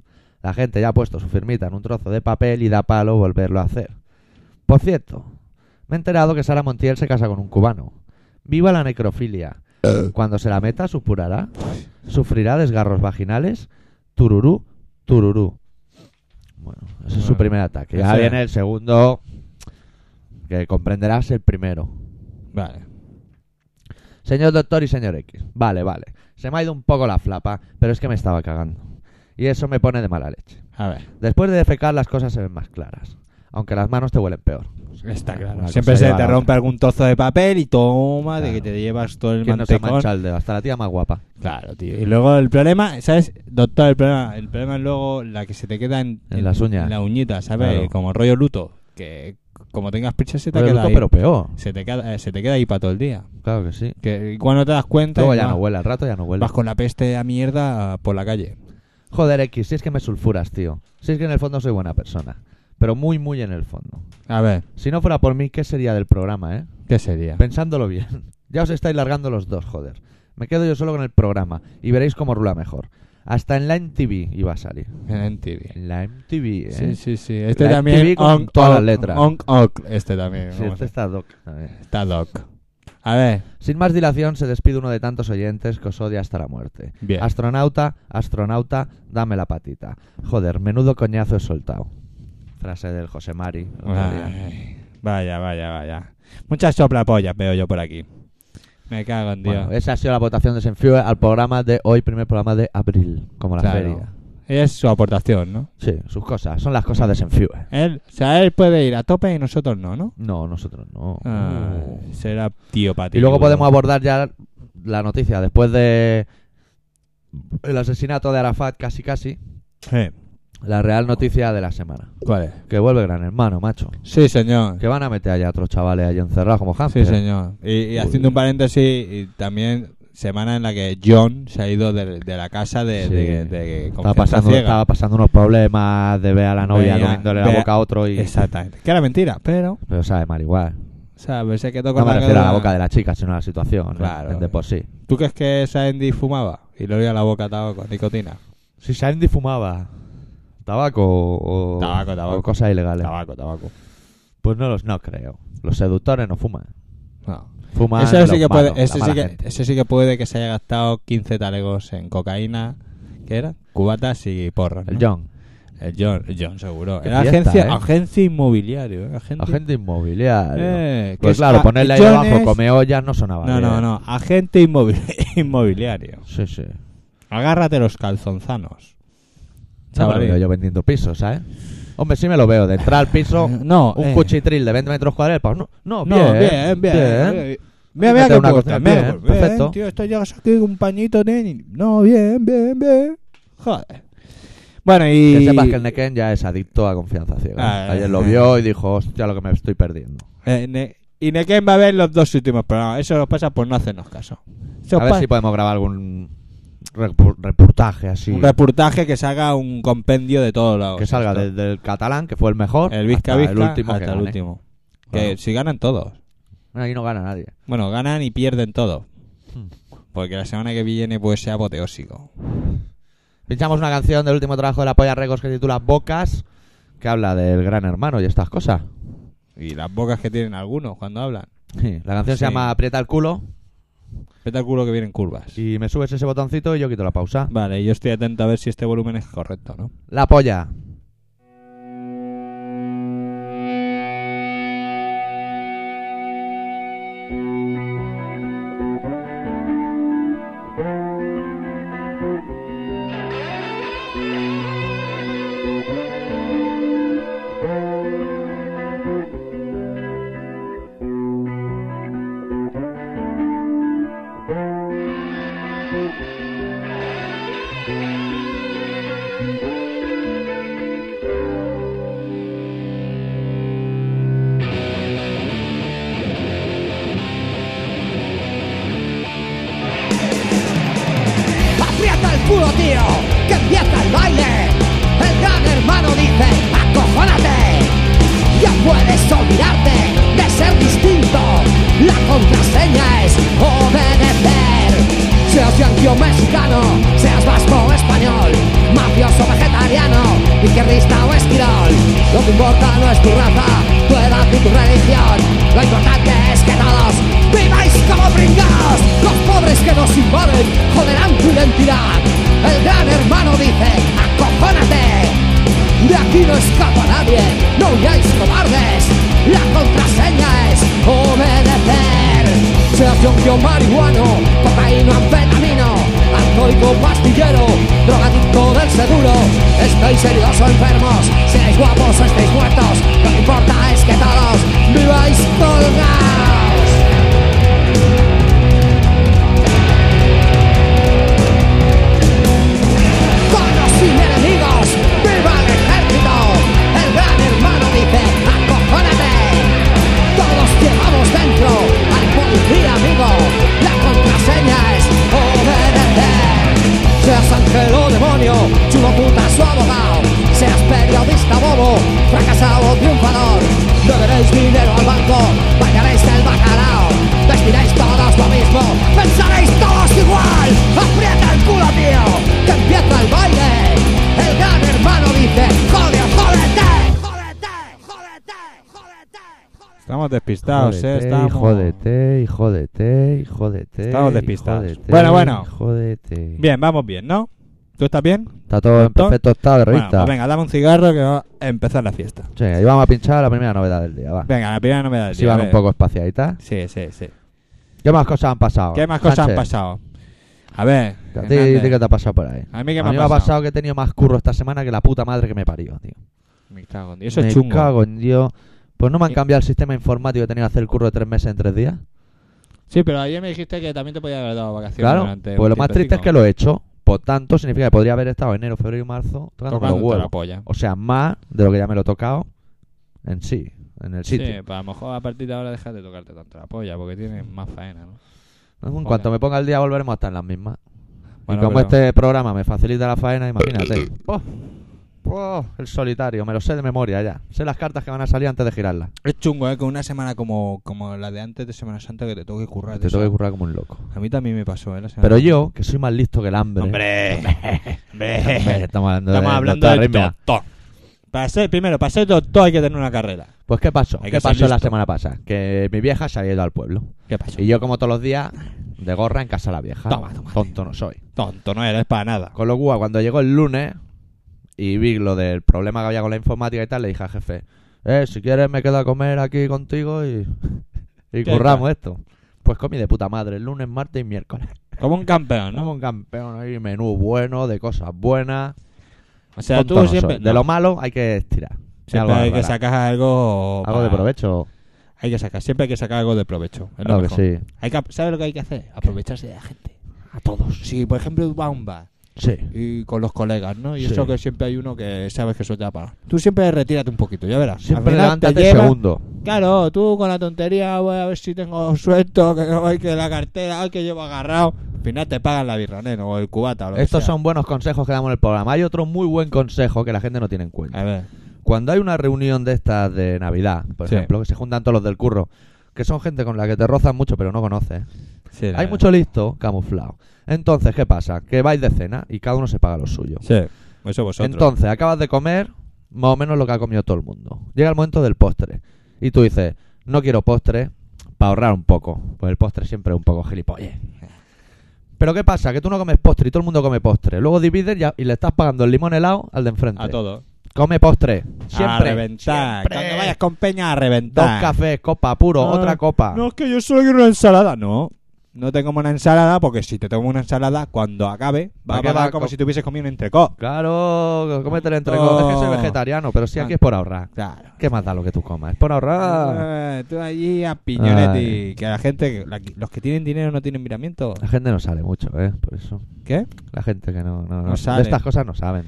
[SPEAKER 2] La gente ya ha puesto su firmita en un trozo de papel y da palo volverlo a hacer. Por cierto, me he enterado que Sara Montiel se casa con un cubano. Viva la necrofilia. Cuando se la meta, supurará. Sufrirá desgarros vaginales. Tururú, tururú. Bueno, ese es su
[SPEAKER 1] Bueno,
[SPEAKER 2] primer ataque. Ya
[SPEAKER 1] ese-
[SPEAKER 2] viene el segundo, que comprenderás el primero.
[SPEAKER 1] Vale.
[SPEAKER 2] Señor doctor y señor X. Vale, vale. Se me ha ido un poco la flapa, pero es que me estaba cagando. Y eso me pone de mala leche.
[SPEAKER 1] A ver.
[SPEAKER 2] Después de defecar las cosas se ven más claras. Aunque las manos te huelen peor.
[SPEAKER 1] Está claro.
[SPEAKER 2] Una
[SPEAKER 1] Siempre
[SPEAKER 2] cosa
[SPEAKER 1] se
[SPEAKER 2] lleva
[SPEAKER 1] te
[SPEAKER 2] a la
[SPEAKER 1] rompe algún tozo de papel y toma de que
[SPEAKER 2] Claro.
[SPEAKER 1] te llevas todo el
[SPEAKER 2] ¿Quién no se
[SPEAKER 1] mantecón.
[SPEAKER 2] mancha el dedo? Hasta la tía más guapa.
[SPEAKER 1] claro, tío. Y luego el problema, ¿sabes? Doctor, el problema, el problema es luego la que se te queda en,
[SPEAKER 2] En las uñas.
[SPEAKER 1] en la uñita, ¿sabes?
[SPEAKER 2] Claro.
[SPEAKER 1] Como rollo luto. Que como tengas prisa se te
[SPEAKER 2] Huele
[SPEAKER 1] queda
[SPEAKER 2] luto,
[SPEAKER 1] ahí.
[SPEAKER 2] pero peor.
[SPEAKER 1] Se te queda, eh, se te queda ahí para todo el día.
[SPEAKER 2] Claro que sí.
[SPEAKER 1] Que cuando te das cuenta,
[SPEAKER 2] Luego
[SPEAKER 1] y
[SPEAKER 2] ya
[SPEAKER 1] vas-
[SPEAKER 2] no huele, al rato ya no huele.
[SPEAKER 1] vas con la peste a mierda por la calle.
[SPEAKER 2] Joder, X, si es que me sulfuras, tío. Si es que en el fondo soy buena persona. Pero muy, muy en el fondo.
[SPEAKER 1] A ver,
[SPEAKER 2] Si no fuera por mí, ¿qué sería del programa, eh?
[SPEAKER 1] ¿qué sería?
[SPEAKER 2] Pensándolo bien. *laughs* Ya os estáis largando los dos, joder. Me quedo yo solo con el programa y veréis cómo rula mejor. Hasta en la MTV iba a salir.
[SPEAKER 1] Mentira.
[SPEAKER 2] En la MTV, ¿eh?
[SPEAKER 1] Sí, sí, sí. Este
[SPEAKER 2] La MTV
[SPEAKER 1] también.
[SPEAKER 2] con
[SPEAKER 1] onk,
[SPEAKER 2] todas las
[SPEAKER 1] onk,
[SPEAKER 2] letras.
[SPEAKER 1] onk, onk. Este también.
[SPEAKER 2] Sí,
[SPEAKER 1] vamos.
[SPEAKER 2] este está doc. A ver.
[SPEAKER 1] Está doc. A ver,
[SPEAKER 2] Sin más dilación, se despide uno de tantos oyentes que os odia hasta la muerte.
[SPEAKER 1] Bien.
[SPEAKER 2] Astronauta, astronauta, dame la patita. Joder, menudo coñazo he soltado. Frase del José Mari. el otro
[SPEAKER 1] Ah,
[SPEAKER 2] día.
[SPEAKER 1] Ay, vaya, vaya, vaya. Muchas soplapollas veo yo por aquí. Me cago en Dios.
[SPEAKER 2] Bueno, eh. esa ha sido la votación de Senfue al programa de hoy, primer programa de abril, como la
[SPEAKER 1] Claro.
[SPEAKER 2] feria.
[SPEAKER 1] Es su aportación, ¿no?
[SPEAKER 2] Sí, sus cosas, son las cosas de eh. Senfue.
[SPEAKER 1] Él, o sea, él puede ir a tope y nosotros no, ¿no?
[SPEAKER 2] No, nosotros no.
[SPEAKER 1] Ah,
[SPEAKER 2] No.
[SPEAKER 1] será tío para ti.
[SPEAKER 2] Oh. Y luego podemos abordar ya la noticia después de el asesinato de Arafat, casi casi, la real noticia de la semana.
[SPEAKER 1] ¿Cuál es?
[SPEAKER 2] Que vuelve Gran Hermano, macho.
[SPEAKER 1] Sí, señor.
[SPEAKER 2] Que van a meter allá a otros chavales allí encerrados como
[SPEAKER 1] Sí,
[SPEAKER 2] Hamster.
[SPEAKER 1] señor. Y, y haciendo un paréntesis, y también semana en la que John se ha ido de, de la casa de,
[SPEAKER 2] Sí.
[SPEAKER 1] de- de
[SPEAKER 2] Estaba
[SPEAKER 1] Confianza
[SPEAKER 2] pasando,
[SPEAKER 1] Ciega.
[SPEAKER 2] estaba pasando unos problemas de ver a la novia
[SPEAKER 1] Venía,
[SPEAKER 2] comiéndole la
[SPEAKER 1] vea-
[SPEAKER 2] boca a otro y...
[SPEAKER 1] Exactamente. Que era mentira, pero...
[SPEAKER 2] Pero sabe mal igual.
[SPEAKER 1] O sea, pues se quedó con
[SPEAKER 2] No me
[SPEAKER 1] la
[SPEAKER 2] refiero a la
[SPEAKER 1] gana.
[SPEAKER 2] boca de la chica, sino a la situación.
[SPEAKER 1] Claro.
[SPEAKER 2] Claro. De por sí.
[SPEAKER 1] ¿Tú crees que Sandy fumaba? Y le olía la boca tabaco con nicotina.
[SPEAKER 2] Si Sandy fumaba tabaco o,
[SPEAKER 1] Tabaco, tabaco.
[SPEAKER 2] o cosas ilegales.
[SPEAKER 1] Tabaco, tabaco.
[SPEAKER 2] Pues no los no creo. Los seductores no fuman.
[SPEAKER 1] No.
[SPEAKER 2] Fuman
[SPEAKER 1] Eso sí
[SPEAKER 2] los
[SPEAKER 1] que
[SPEAKER 2] malos,
[SPEAKER 1] puede, eso
[SPEAKER 2] la
[SPEAKER 1] sí
[SPEAKER 2] mala
[SPEAKER 1] que,
[SPEAKER 2] gente.
[SPEAKER 1] eso sí que puede que se haya gastado 15 talegos en cocaína, ¿qué era? Cubatas y porras. ¿no?
[SPEAKER 2] El John,
[SPEAKER 1] El John, el John seguro.
[SPEAKER 2] Qué
[SPEAKER 1] Era
[SPEAKER 2] fiesta,
[SPEAKER 1] agencia,
[SPEAKER 2] ¿eh?
[SPEAKER 1] agencia inmobiliario, ¿eh? Agente,
[SPEAKER 2] agente inmobiliario.
[SPEAKER 1] Eh,
[SPEAKER 2] pues
[SPEAKER 1] que
[SPEAKER 2] claro,
[SPEAKER 1] es-
[SPEAKER 2] ponerle ahí
[SPEAKER 1] John
[SPEAKER 2] abajo
[SPEAKER 1] es-
[SPEAKER 2] come ollas no sonaba
[SPEAKER 1] No,
[SPEAKER 2] bien.
[SPEAKER 1] no, no. Agente inmovi- *laughs* inmobiliario.
[SPEAKER 2] Sí, sí.
[SPEAKER 1] Agárrate los calzonzanos.
[SPEAKER 2] No me lo
[SPEAKER 1] Chavalín.
[SPEAKER 2] veo yo vendiendo pisos, ¿sabes? Hombre, sí me lo veo. De entrar al piso,
[SPEAKER 1] *laughs* No,
[SPEAKER 2] un
[SPEAKER 1] eh.
[SPEAKER 2] cuchitril de 20 metros cuadrados. Pues no, no,
[SPEAKER 1] No,
[SPEAKER 2] bien,
[SPEAKER 1] Oh, bien, bien. bien. Mira,
[SPEAKER 2] Ahí
[SPEAKER 1] mira
[SPEAKER 2] mete
[SPEAKER 1] que
[SPEAKER 2] una
[SPEAKER 1] gusta,
[SPEAKER 2] cocina,
[SPEAKER 1] mira,
[SPEAKER 2] bien,
[SPEAKER 1] pues, bien,
[SPEAKER 2] perfecto.
[SPEAKER 1] Tío, esto llegas aquí con un pañito, neni. No, bien, bien, bien. Joder. Bueno, y.
[SPEAKER 2] Que sepas que el Nequén ya es adicto a confianza ciega.
[SPEAKER 1] Ah,
[SPEAKER 2] Ayer
[SPEAKER 1] eh.
[SPEAKER 2] lo vio y dijo, hostia, lo que me estoy perdiendo.
[SPEAKER 1] Eh, Ne- y Neken va a ver los dos últimos programas. Eso nos pasa por no hacernos caso. Eso
[SPEAKER 2] a ver
[SPEAKER 1] pa-
[SPEAKER 2] si podemos grabar algún repu- reportaje así.
[SPEAKER 1] Un reportaje que salga un compendio de todos lados.
[SPEAKER 2] que salga desde el catalán, que fue el mejor,
[SPEAKER 1] Oh, el Vizca
[SPEAKER 2] hasta
[SPEAKER 1] Vizca
[SPEAKER 2] el último
[SPEAKER 1] hasta
[SPEAKER 2] que
[SPEAKER 1] el
[SPEAKER 2] gane.
[SPEAKER 1] último. Que
[SPEAKER 2] Claro.
[SPEAKER 1] si ganan todos.
[SPEAKER 2] Ahí no gana nadie.
[SPEAKER 1] Bueno, ganan y pierden todo.
[SPEAKER 2] Hmm.
[SPEAKER 1] Porque la semana que viene pues sea apoteósico.
[SPEAKER 2] Pinchamos una canción del último trabajo de la Polla Records que se titula Bocas, que habla del gran hermano y estas cosas.
[SPEAKER 1] Y las bocas que tienen algunos cuando hablan.
[SPEAKER 2] La canción
[SPEAKER 1] Sí.
[SPEAKER 2] se llama Aprieta el culo
[SPEAKER 1] Vete al culo que vienen curvas.
[SPEAKER 2] y me subes ese botoncito y yo quito la pausa.
[SPEAKER 1] Vale, yo estoy atento a ver si este volumen es correcto, ¿no?
[SPEAKER 2] La polla.
[SPEAKER 3] Aprieta el culo, tío, que empieza el baile. El gran hermano dice, acojónate. Ya puedes olvidarte de ser distinto. La contraseña es obedecer. Seas yanquio mexicano, seas vasco o español, mafioso vegetariano, izquierdista o esquirol. Lo que importa no es tu raza, tu edad y tu religión. Lo importante es que todos viváis como pringados. Los pobres que nos invaden joderán tu identidad. El gran hermano dice, acojónate. De aquí no escapa nadie, no huyáis cobardes. La contraseña es obedecer. Seas yonquio marihuano, cocaíno, anfetamino, alcohólico, pastillero, drogadicto del seguro. Estáis heridos o enfermos, seáis guapos o estáis muertos. Lo que importa es que todos viváis colgados. Todos sin enemigos, viva el ejército. El gran hermano dice, acojónate. Todos llevamos dentro al policía amigo. La contraseña es obedecer. Seas ángel o demonio, chulo puta su abogado. Seas periodista bobo, fracasado o triunfador. Deberéis dinero al banco, bailaréis el bacalao. Vestiréis todos lo mismo, pensaréis todos igual. Aprieta el culo, tío, que empieza el baile. El gran hermano dice, joder, jódete, jódete, jódete, jódete, jódete.
[SPEAKER 1] Estamos despistados, ¿eh?
[SPEAKER 2] Jódete,
[SPEAKER 1] Estamos...
[SPEAKER 2] y jódete, y jódete, y jódete.
[SPEAKER 1] Estamos
[SPEAKER 2] y
[SPEAKER 1] despistados.
[SPEAKER 2] jódete,
[SPEAKER 1] Bueno, bueno.
[SPEAKER 2] y Jódete.
[SPEAKER 1] Bien, vamos bien, ¿no? ¿Tú estás bien?
[SPEAKER 2] Está todo en
[SPEAKER 1] ¿Doctor?
[SPEAKER 2] perfecto estado de
[SPEAKER 1] Bueno,
[SPEAKER 2] revista.
[SPEAKER 1] pues venga, dame un cigarro que va a empezar la fiesta.
[SPEAKER 2] Sí, ahí vamos a pinchar la primera novedad del día, va.
[SPEAKER 1] Venga, la primera novedad del
[SPEAKER 2] Si
[SPEAKER 1] día, a
[SPEAKER 2] van un
[SPEAKER 1] ver.
[SPEAKER 2] poco espaciaditas.
[SPEAKER 1] Sí, sí, sí.
[SPEAKER 2] ¿Qué más cosas han pasado?
[SPEAKER 1] ¿Qué más cosas han
[SPEAKER 2] Sánchez?
[SPEAKER 1] pasado? A ver.
[SPEAKER 2] A ti,
[SPEAKER 1] Hernández,
[SPEAKER 2] di que te ha pasado por ahí.
[SPEAKER 1] a mí qué
[SPEAKER 2] a
[SPEAKER 1] me
[SPEAKER 2] mí
[SPEAKER 1] ha
[SPEAKER 2] me
[SPEAKER 1] pasado.
[SPEAKER 2] ha pasado que he tenido más curro esta semana que la puta madre que me parió, tío.
[SPEAKER 1] Me cago en Dios, Eso es
[SPEAKER 2] me
[SPEAKER 1] chungo.
[SPEAKER 2] cago en Dios. Pues no me han
[SPEAKER 1] Eh.
[SPEAKER 2] cambiado el sistema informático. He tenido que hacer el curro de tres meses en tres días.
[SPEAKER 1] Sí, pero ayer me dijiste que también te podía haber dado vacaciones.
[SPEAKER 2] Claro.
[SPEAKER 1] durante
[SPEAKER 2] Pues
[SPEAKER 1] un
[SPEAKER 2] lo más triste es
[SPEAKER 1] tiempecito.
[SPEAKER 2] que lo he hecho. Por tanto, significa que podría haber estado enero, febrero y marzo tocando los
[SPEAKER 1] Tocándote la
[SPEAKER 2] huevos.
[SPEAKER 1] polla.
[SPEAKER 2] O sea, más de lo que ya me lo he tocado en sí, en el
[SPEAKER 1] Sí,
[SPEAKER 2] sitio.
[SPEAKER 1] pues a lo mejor a partir de ahora dejas de tocarte tanto la polla porque tienes más faena, ¿no?
[SPEAKER 2] En cuanto me ponga el día volveremos a estar en las mismas.
[SPEAKER 6] Bueno,
[SPEAKER 2] y como
[SPEAKER 6] pero-
[SPEAKER 2] este programa me facilita la
[SPEAKER 1] *coughs*
[SPEAKER 2] faena, imagínate. Oh, oh, el solitario, me lo sé de memoria ya. Sé las cartas que van a salir antes de girarlas.
[SPEAKER 1] Es chungo, ¿eh? Con una semana como, como la de antes de Semana Santa que te tengo que currar.
[SPEAKER 2] Te
[SPEAKER 1] tío.
[SPEAKER 2] tengo que currar como un loco.
[SPEAKER 1] A mí también me pasó, ¿eh? La semana
[SPEAKER 2] Pero yo, que soy más listo que el hambre.
[SPEAKER 1] Hombre,
[SPEAKER 2] Hombre,
[SPEAKER 1] hombre.
[SPEAKER 2] *laughs* estamos hablando
[SPEAKER 1] Estamos
[SPEAKER 2] de,
[SPEAKER 1] hablando
[SPEAKER 2] doctor
[SPEAKER 1] de
[SPEAKER 2] Arritmia.
[SPEAKER 1] doctor. Para ser, primero, para ser doctor hay que tener una carrera.
[SPEAKER 2] Pues ¿qué pasó?
[SPEAKER 1] Hay que
[SPEAKER 2] ¿Qué
[SPEAKER 1] ser
[SPEAKER 2] pasó la
[SPEAKER 1] listo.
[SPEAKER 2] semana pasada? Que mi vieja se había ido al pueblo.
[SPEAKER 1] ¿Qué pasa?
[SPEAKER 2] Y yo, como todos los días, de gorra en casa de la vieja.
[SPEAKER 1] Toma, toma.
[SPEAKER 2] Tonto no soy.
[SPEAKER 1] Tonto, no eres para nada.
[SPEAKER 2] Con lo cual, cuando llegó el lunes y vi lo del problema que había con la informática y tal, le dije al jefe, eh, si quieres me quedo a comer aquí contigo y, *laughs* y
[SPEAKER 1] ¿Qué
[SPEAKER 2] curramos esto. Pues comí de puta madre, el lunes, martes y miércoles.
[SPEAKER 1] Como un campeón, ¿no?
[SPEAKER 2] Tenemos un campeón ahí, menú bueno, de cosas buenas.
[SPEAKER 1] O sea,
[SPEAKER 2] Tonto
[SPEAKER 1] tú
[SPEAKER 2] no
[SPEAKER 1] siempre.
[SPEAKER 2] soy. De
[SPEAKER 1] no,
[SPEAKER 2] lo malo hay que estirar.
[SPEAKER 1] siempre hay que
[SPEAKER 2] bárbara.
[SPEAKER 1] sacar algo.
[SPEAKER 2] Algo de
[SPEAKER 1] para-
[SPEAKER 2] provecho.
[SPEAKER 1] Hay que sacar, siempre hay que sacar algo de provecho. es lo
[SPEAKER 2] Claro que
[SPEAKER 1] mejor.
[SPEAKER 2] sí.
[SPEAKER 1] Hay que, ¿Sabes lo que hay que hacer? Aprovecharse de la gente.
[SPEAKER 2] A todos.
[SPEAKER 1] Si, por ejemplo, va a un bar
[SPEAKER 2] Sí.
[SPEAKER 1] y con los colegas, ¿no? Y
[SPEAKER 2] Sí.
[SPEAKER 1] eso que siempre hay uno que sabes que eso te para. Tú siempre retírate un poquito, ya verás.
[SPEAKER 2] Siempre
[SPEAKER 1] Al final te
[SPEAKER 2] levántate
[SPEAKER 1] lleva-
[SPEAKER 2] segundo.
[SPEAKER 1] Claro, tú con la tontería, voy a ver si tengo suelto, que no hay que la cartera, ay, que llevo agarrado. Al final te pagan la birra, neno, o el cubata. O lo que
[SPEAKER 2] Estos
[SPEAKER 1] sea.
[SPEAKER 2] son buenos consejos que damos en el programa. Hay otro muy buen consejo que la gente no tiene en cuenta.
[SPEAKER 1] A ver,
[SPEAKER 2] Cuando hay una reunión de estas de Navidad, por
[SPEAKER 1] Eh. Sí.
[SPEAKER 2] ejemplo, que se juntan todos los del curro, que son gente con la que te rozas mucho pero no conoces,
[SPEAKER 1] sí, la
[SPEAKER 2] hay
[SPEAKER 1] verdad.
[SPEAKER 2] mucho listo camuflado. Entonces, ¿qué pasa? Que vais de cena y cada uno se paga lo suyo.
[SPEAKER 1] Sí, eso vosotros.
[SPEAKER 2] Entonces, acabas de comer más o menos lo que ha comido todo el mundo. Llega el momento del postre y tú dices, no quiero postre para ahorrar un poco, pues el postre siempre es un poco gilipollas. Pero ¿qué pasa? Que tú no comes postre y todo el mundo come postre. Luego divides y, a- y le estás pagando el limón helado al de enfrente.
[SPEAKER 1] a todo.
[SPEAKER 2] Come postre.
[SPEAKER 1] a
[SPEAKER 2] Siempre.
[SPEAKER 1] reventar.
[SPEAKER 2] Siempre.
[SPEAKER 1] Cuando vayas con peña, a reventar.
[SPEAKER 2] Dos cafés, copa puro,
[SPEAKER 1] Ah,
[SPEAKER 2] otra copa.
[SPEAKER 1] No, es que yo solo quiero una ensalada. No, no te como una ensalada porque si te tomo una ensalada, cuando acabe, va a
[SPEAKER 2] Acabar
[SPEAKER 1] acabar como
[SPEAKER 2] con-
[SPEAKER 1] si te hubieses comido un entrecot.
[SPEAKER 2] Claro, cómete el
[SPEAKER 1] No.
[SPEAKER 2] entrecot. Es que soy vegetariano, pero sí aquí es por ahorrar.
[SPEAKER 1] Claro.
[SPEAKER 2] ¿Qué más da lo que tú comas? Es por ahorrar.
[SPEAKER 1] Eh, tú allí a piñonetti.
[SPEAKER 2] Ah. Ay.
[SPEAKER 1] Que la gente, la- los que tienen dinero no tienen miramiento.
[SPEAKER 2] La gente no sale mucho, ¿eh? Por eso.
[SPEAKER 1] ¿Qué?
[SPEAKER 2] La gente que no, no,
[SPEAKER 1] No
[SPEAKER 2] no-
[SPEAKER 1] sale.
[SPEAKER 2] De estas cosas no saben.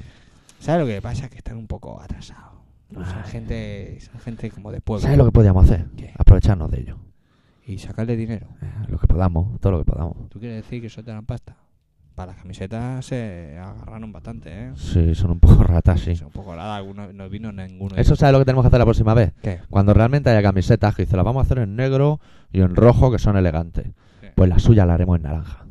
[SPEAKER 1] ¿Sabes lo que pasa? Que están un poco atrasados. Son gente, son gente como de pueblo.
[SPEAKER 2] ¿Sabes Ah. lo que podíamos hacer?
[SPEAKER 1] ¿Qué?
[SPEAKER 2] Aprovecharnos de ello.
[SPEAKER 1] Y sacarle dinero.
[SPEAKER 2] Eh, Lo que podamos, todo lo que podamos.
[SPEAKER 1] ¿Tú quieres decir que eso te dan pasta? Para las camisetas se agarraron bastante, ¿eh?
[SPEAKER 2] Sí, son un poco *laughs* ratas, sí.
[SPEAKER 1] Es un poco nada, alguno- no vino ninguno.
[SPEAKER 2] Eso sabes lo que tenemos que hacer la próxima vez.
[SPEAKER 1] ¿Qué?
[SPEAKER 2] Cuando realmente haya camisetas que dice, las vamos a hacer en negro y en rojo, que son elegantes.
[SPEAKER 1] Sí.
[SPEAKER 2] Pues la suya la haremos en naranja.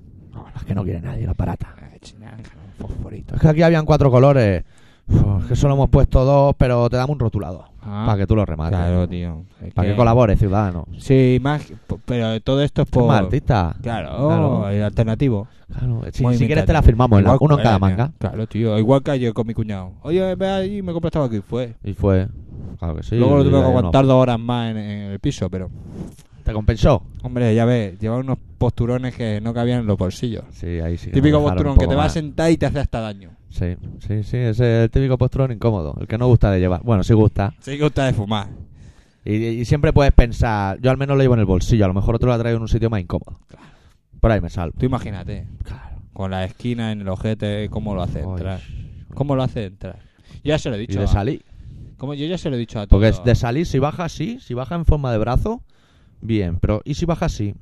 [SPEAKER 2] las que no quiere nadie, la barata.
[SPEAKER 1] Ah, es naranja, un fosforito.
[SPEAKER 2] Es que aquí habían cuatro colores. Uf, es que solo hemos puesto dos, pero te damos un rotulador.
[SPEAKER 1] Ah,
[SPEAKER 2] Para que tú lo remates.
[SPEAKER 1] Claro, tío. Es
[SPEAKER 2] para que
[SPEAKER 1] que-
[SPEAKER 2] colabores, ciudadano.
[SPEAKER 1] Sí, más, p- pero todo esto es por...
[SPEAKER 2] Por... artista.
[SPEAKER 1] Claro,
[SPEAKER 2] Claro.
[SPEAKER 1] el alternativo.
[SPEAKER 2] Claro. Si,
[SPEAKER 1] Muy
[SPEAKER 2] si quieres te la
[SPEAKER 1] imitativo.
[SPEAKER 2] firmamos, en la-
[SPEAKER 1] Igual-
[SPEAKER 2] uno en cada
[SPEAKER 1] eh,
[SPEAKER 2] manga.
[SPEAKER 1] Claro, tío. Igual que ayer con mi cuñado. Oye, ve allí y me compras estaba aquí. Fue.
[SPEAKER 2] Y fue. Claro que sí.
[SPEAKER 1] Luego lo
[SPEAKER 2] y
[SPEAKER 1] tuve que
[SPEAKER 2] ahí uno-
[SPEAKER 1] aguantar dos horas más en, en el piso, pero...
[SPEAKER 2] ¿Te compensó?
[SPEAKER 1] Hombre, ya ves, llevaba unos posturones que no cabían en los bolsillos.
[SPEAKER 2] Sí, ahí sí. que
[SPEAKER 1] Típico
[SPEAKER 2] nos dejaron
[SPEAKER 1] posturón
[SPEAKER 2] un
[SPEAKER 1] que
[SPEAKER 2] poco
[SPEAKER 1] te va a
[SPEAKER 2] más.
[SPEAKER 1] sentar y te hace hasta daño.
[SPEAKER 2] Sí, sí, sí. Es el típico postrón incómodo. El que no gusta de llevar. Bueno, sí gusta.
[SPEAKER 1] Sí que gusta de fumar.
[SPEAKER 2] Y, y siempre puedes pensar. Yo al menos lo llevo en el bolsillo. A lo mejor otro lo ha traído en un sitio más incómodo. Por ahí me salvo.
[SPEAKER 1] Tú imagínate,
[SPEAKER 2] Claro.
[SPEAKER 1] con la esquina en el ojete, cómo lo hace
[SPEAKER 2] Ay,
[SPEAKER 1] entrar. ¿Cómo lo hace entrar? Yo ya se lo he
[SPEAKER 2] Y
[SPEAKER 1] dicho.
[SPEAKER 2] de
[SPEAKER 1] a-
[SPEAKER 2] salir.
[SPEAKER 1] como yo ya se lo he dicho a todos.
[SPEAKER 2] Porque es de salir, si baja así, si baja en forma de brazo, bien. Pero, ¿y si baja así?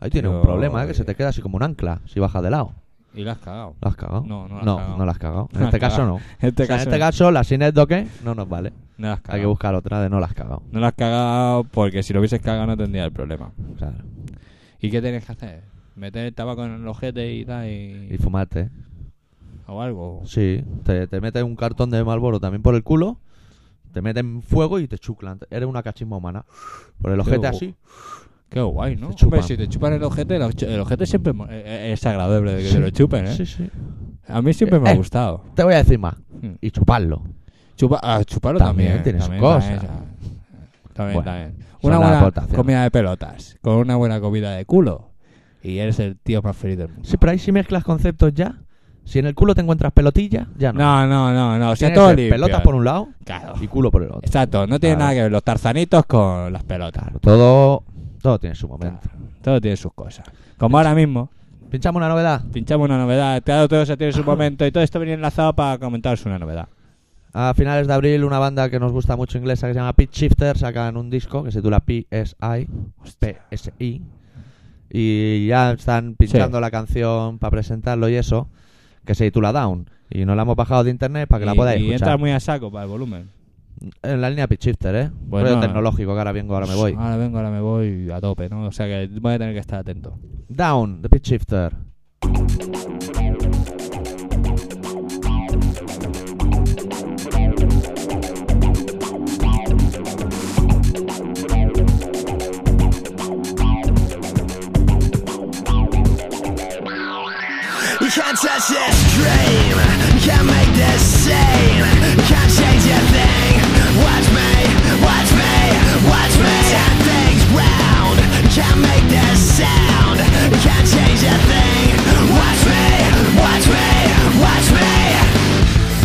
[SPEAKER 2] Ahí tiene un
[SPEAKER 1] Hostia.
[SPEAKER 2] problema, ¿eh? que se te queda así como un ancla, si baja de lado.
[SPEAKER 1] Y la has cagado.
[SPEAKER 2] ¿Lo has cagado?
[SPEAKER 1] No, no la has
[SPEAKER 2] no,
[SPEAKER 1] cagado.
[SPEAKER 2] no la has cagado. En
[SPEAKER 1] No la
[SPEAKER 2] este
[SPEAKER 1] has
[SPEAKER 2] caso
[SPEAKER 1] cagado.
[SPEAKER 2] no.
[SPEAKER 1] En este
[SPEAKER 2] O sea,
[SPEAKER 1] caso,
[SPEAKER 2] en este caso, la sinédoque no nos vale.
[SPEAKER 1] no la has cagado.
[SPEAKER 2] Hay que buscar otra de no la has cagado.
[SPEAKER 1] No la has cagado porque si lo hubieses cagado no tendría el problema.
[SPEAKER 2] Claro.
[SPEAKER 1] ¿Y qué tienes que hacer? ¿Meter el tabaco en el ojete y tal? Y...
[SPEAKER 2] Y fumarte.
[SPEAKER 1] ¿O algo?
[SPEAKER 2] Sí. Te, te meten un cartón de Marlboro también por el culo. Te meten fuego y te chuclan. Eres una cachimba humana. Por el ojete
[SPEAKER 1] Pero-
[SPEAKER 2] así.
[SPEAKER 1] Qué guay, ¿no?
[SPEAKER 2] Te chupan.
[SPEAKER 1] Hombre, si te chupan el ojete, el oche- el ojete siempre mo- eh, eh, es agradable de que te lo chupen, ¿eh?
[SPEAKER 2] Sí, sí.
[SPEAKER 1] A mí siempre me ha
[SPEAKER 2] Eh.
[SPEAKER 1] gustado.
[SPEAKER 2] Te voy a decir más.
[SPEAKER 1] Mm.
[SPEAKER 2] Y chuparlo.
[SPEAKER 1] Chupa, ah, chuparlo
[SPEAKER 2] También
[SPEAKER 1] también.
[SPEAKER 2] tiene sus
[SPEAKER 1] también, También,
[SPEAKER 2] cosas.
[SPEAKER 1] ya. también.
[SPEAKER 2] Bueno,
[SPEAKER 1] también.
[SPEAKER 2] son
[SPEAKER 1] Una
[SPEAKER 2] las
[SPEAKER 1] buena
[SPEAKER 2] aportaciones.
[SPEAKER 1] comida de pelotas, con una buena comida de culo. Y eres el tío más feliz del mundo.
[SPEAKER 2] Sí, pero ahí si mezclas conceptos ya. Si en el culo te encuentras pelotillas, ya no.
[SPEAKER 1] No, no, no, no. O sea,
[SPEAKER 2] Tiene
[SPEAKER 1] todo
[SPEAKER 2] que ser
[SPEAKER 1] limpio.
[SPEAKER 2] pelotas por un lado
[SPEAKER 1] Claro.
[SPEAKER 2] y culo por el otro.
[SPEAKER 1] Exacto, no tiene
[SPEAKER 2] Claro.
[SPEAKER 1] nada que ver los tarzanitos con las pelotas.
[SPEAKER 2] Claro, todo, todo tiene su momento.
[SPEAKER 1] Claro. Todo tiene sus cosas. Como ahora mismo,
[SPEAKER 2] Pinchamos una novedad.
[SPEAKER 1] pinchamos una novedad, claro, todo eso
[SPEAKER 2] *laughs*
[SPEAKER 1] tiene su momento y todo esto viene enlazado para comentaros una novedad.
[SPEAKER 2] A finales de abril, una banda que nos gusta mucho inglesa que se llama Pitch Shifter sacan un disco que se titula PSI. PSI. y ya están pinchando la canción para presentarlo y eso, que se titula Down. Y no la hemos bajado de internet para que la
[SPEAKER 1] Y-
[SPEAKER 2] podáis
[SPEAKER 1] Y
[SPEAKER 2] escuchar.
[SPEAKER 1] entra muy a saco para el volumen.
[SPEAKER 2] En la línea Pitchifter, ¿eh?
[SPEAKER 1] Bueno. Ah.
[SPEAKER 2] Rollo tecnológico, que ahora vengo, ahora me voy.
[SPEAKER 1] Ahora vengo, ahora me voy a tope, ¿no? O sea que voy a tener que estar atento.
[SPEAKER 2] Down, The Pitch Shifter.
[SPEAKER 4] You can't touch this dream, you can't make this scene, you can't change a thing. Watch me, watch me, watch me. Turn things round, you can't make this sound, you can't change a thing. Watch me, watch me, watch me.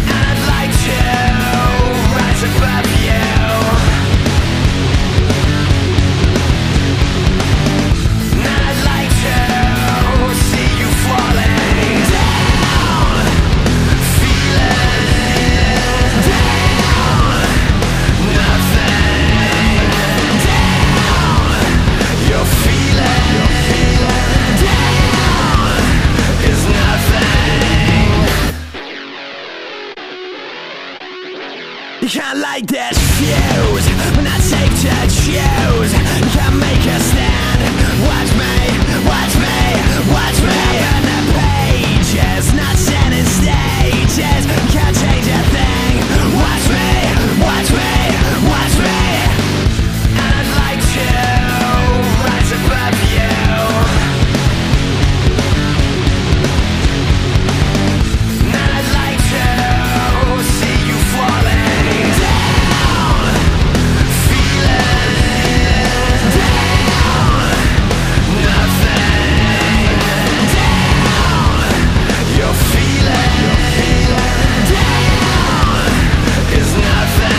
[SPEAKER 4] And I'd like to rise above you. I'd like to see you falling down, feeling down, nothing down. You're feeling down is nothing. You can't light this fuse When I take to choose You can't make a stand Watch me, watch me, watch me Up in the pages Not set in stages You can't change a thing Watch me, watch me, watch me And I'd like to rise above you I'd like to see you falling down, feeling down, nothing down. You're feeling down is nothing.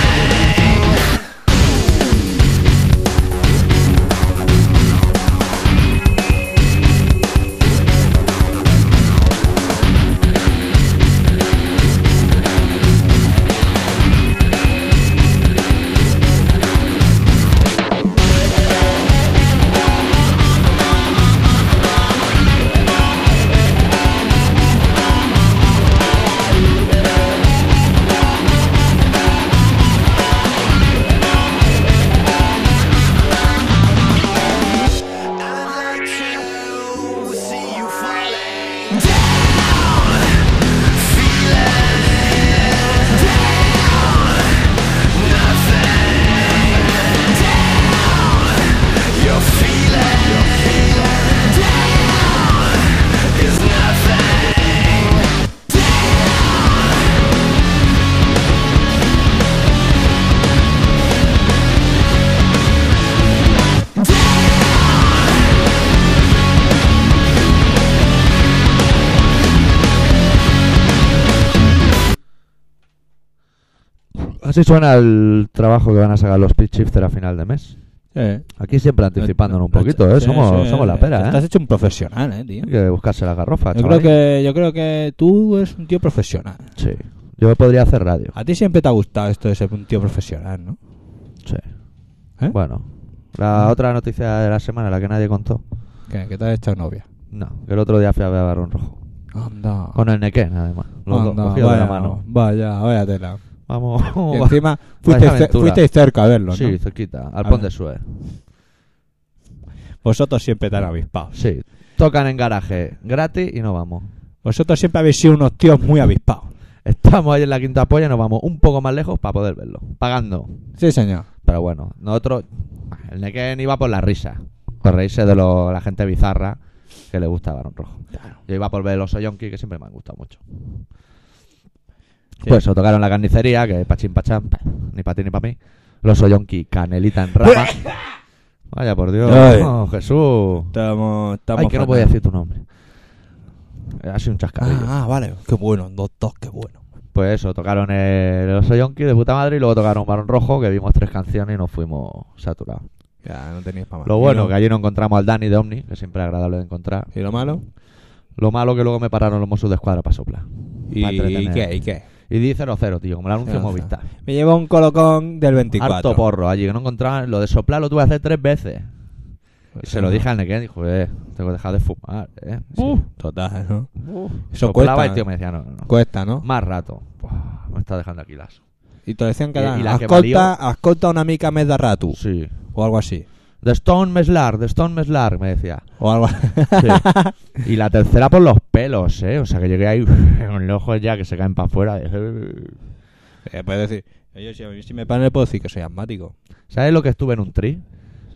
[SPEAKER 4] I'd like to see you falling down, feeling down, nothing down. You're feeling down is nothing down.
[SPEAKER 2] Así suena el trabajo que van a sacar los Pitch Shifter a final de mes.
[SPEAKER 1] Eh,
[SPEAKER 2] Aquí siempre anticipándonos un poquito, ¿eh?
[SPEAKER 1] Sí,
[SPEAKER 2] Somos,
[SPEAKER 1] sí,
[SPEAKER 2] somos la pera,
[SPEAKER 1] Estás
[SPEAKER 2] ¿eh?
[SPEAKER 1] hecho un profesional, eh, tío.
[SPEAKER 2] Hay que buscarse la garrofa,
[SPEAKER 1] Yo creo,
[SPEAKER 2] chavalín.
[SPEAKER 1] que, yo creo que tú eres un tío profesional.
[SPEAKER 2] Sí. Yo podría hacer radio.
[SPEAKER 1] A ti siempre te ha gustado esto de ser un tío profesional, ¿no?
[SPEAKER 2] Sí.
[SPEAKER 1] ¿Eh? Ah.
[SPEAKER 2] Bueno. La otra noticia de la semana, la que nadie contó.
[SPEAKER 1] Que, que te has echado novia.
[SPEAKER 2] No, que el otro día fui a ver a Barón Rojo.
[SPEAKER 1] Anda.
[SPEAKER 2] Con el Nequén, además. Los dos,
[SPEAKER 1] Anda,
[SPEAKER 2] cogidos de la
[SPEAKER 1] vaya,
[SPEAKER 2] mano.
[SPEAKER 1] Vaya, vaya tela.
[SPEAKER 2] Vamos.
[SPEAKER 1] Y encima fuisteis ce-
[SPEAKER 2] aventura.
[SPEAKER 1] fuisteis cerca a verlo, ¿no?
[SPEAKER 2] sí, cerquita. Al
[SPEAKER 1] A
[SPEAKER 2] Pont
[SPEAKER 1] ver.
[SPEAKER 2] de Suez.
[SPEAKER 1] Vosotros siempre tan avispados.
[SPEAKER 2] Sí. Tocan en garaje gratis y no vamos.
[SPEAKER 1] Vosotros siempre habéis sido unos tíos muy avispados.
[SPEAKER 2] Estamos ahí en la quinta polla y nos vamos un poco más lejos para poder verlo. Pagando.
[SPEAKER 1] Sí, señor.
[SPEAKER 2] Pero bueno, nosotros. El Nequén iba por la risa. Por reírse de lo- la gente bizarra que le gusta a Barón Rojo. Yo iba por ver los Soyonki que siempre me han gustado mucho. Pues eso, tocaron la carnicería, que pachín pachán, pa, ni para ti ni para mí. Los Soyonki, canelita en rama. Vaya por Dios,
[SPEAKER 1] Ay.
[SPEAKER 2] Oh, Jesús.
[SPEAKER 1] Estamos, estamos
[SPEAKER 2] Ay, que no
[SPEAKER 1] fatal.
[SPEAKER 2] voy a decir tu nombre. Eh, Ha sido un chascarrillo.
[SPEAKER 1] Ah, ah, vale. Qué bueno, dos, dos, qué bueno.
[SPEAKER 2] Pues eso, tocaron el, los Soyonki de puta madre y luego tocaron Barón Rojo, que vimos tres canciones y nos fuimos saturados.
[SPEAKER 1] Ya, Pues no tenéis para más.
[SPEAKER 2] Lo
[SPEAKER 1] ¿Y
[SPEAKER 2] bueno,
[SPEAKER 1] lo-
[SPEAKER 2] que allí nos encontramos al Dani de Omni, que siempre es agradable de encontrar.
[SPEAKER 1] ¿Y lo malo?
[SPEAKER 2] Lo malo que luego me pararon los mozos de escuadra para soplar.
[SPEAKER 1] ¿Y,
[SPEAKER 2] Pa' entretener.
[SPEAKER 1] qué? ¿Y qué?
[SPEAKER 2] Y di 0-0, tío, como el anuncio
[SPEAKER 1] 0-0.
[SPEAKER 2] Movistar.
[SPEAKER 1] Me llevo un colocón del 24.
[SPEAKER 2] Harto porro allí, que no encontraban. Lo de soplar lo tuve que hacer tres veces. Se lo dije al Nequén, dijo, eh, tengo que dejar de fumar, eh. Sí.
[SPEAKER 1] Uh,
[SPEAKER 2] *laughs*
[SPEAKER 1] total, ¿no? Eso
[SPEAKER 2] Soplaba
[SPEAKER 1] cuesta, eh.
[SPEAKER 2] y el tío me decía, no, no, no.
[SPEAKER 1] Cuesta, ¿no?
[SPEAKER 2] Más rato. Buah, me está dejando aquí las.
[SPEAKER 1] I te decían que
[SPEAKER 2] I-
[SPEAKER 1] era
[SPEAKER 2] i la que
[SPEAKER 1] escolta, escolta una mica més de rato
[SPEAKER 2] Sí.
[SPEAKER 1] o algo así.
[SPEAKER 2] The Stone más large, The Stone más large, me decía.
[SPEAKER 1] O algo *laughs*
[SPEAKER 2] *laughs* Sí. y la tercera por los pelos, eh. O sea que llegué ahí *laughs* con los ojos ya que se caen para afuera.
[SPEAKER 1] Eh, puedes decir, yo si, a mí si me paran le puedo decir que soy asmático.
[SPEAKER 2] ¿Sabes lo que estuve en un tri?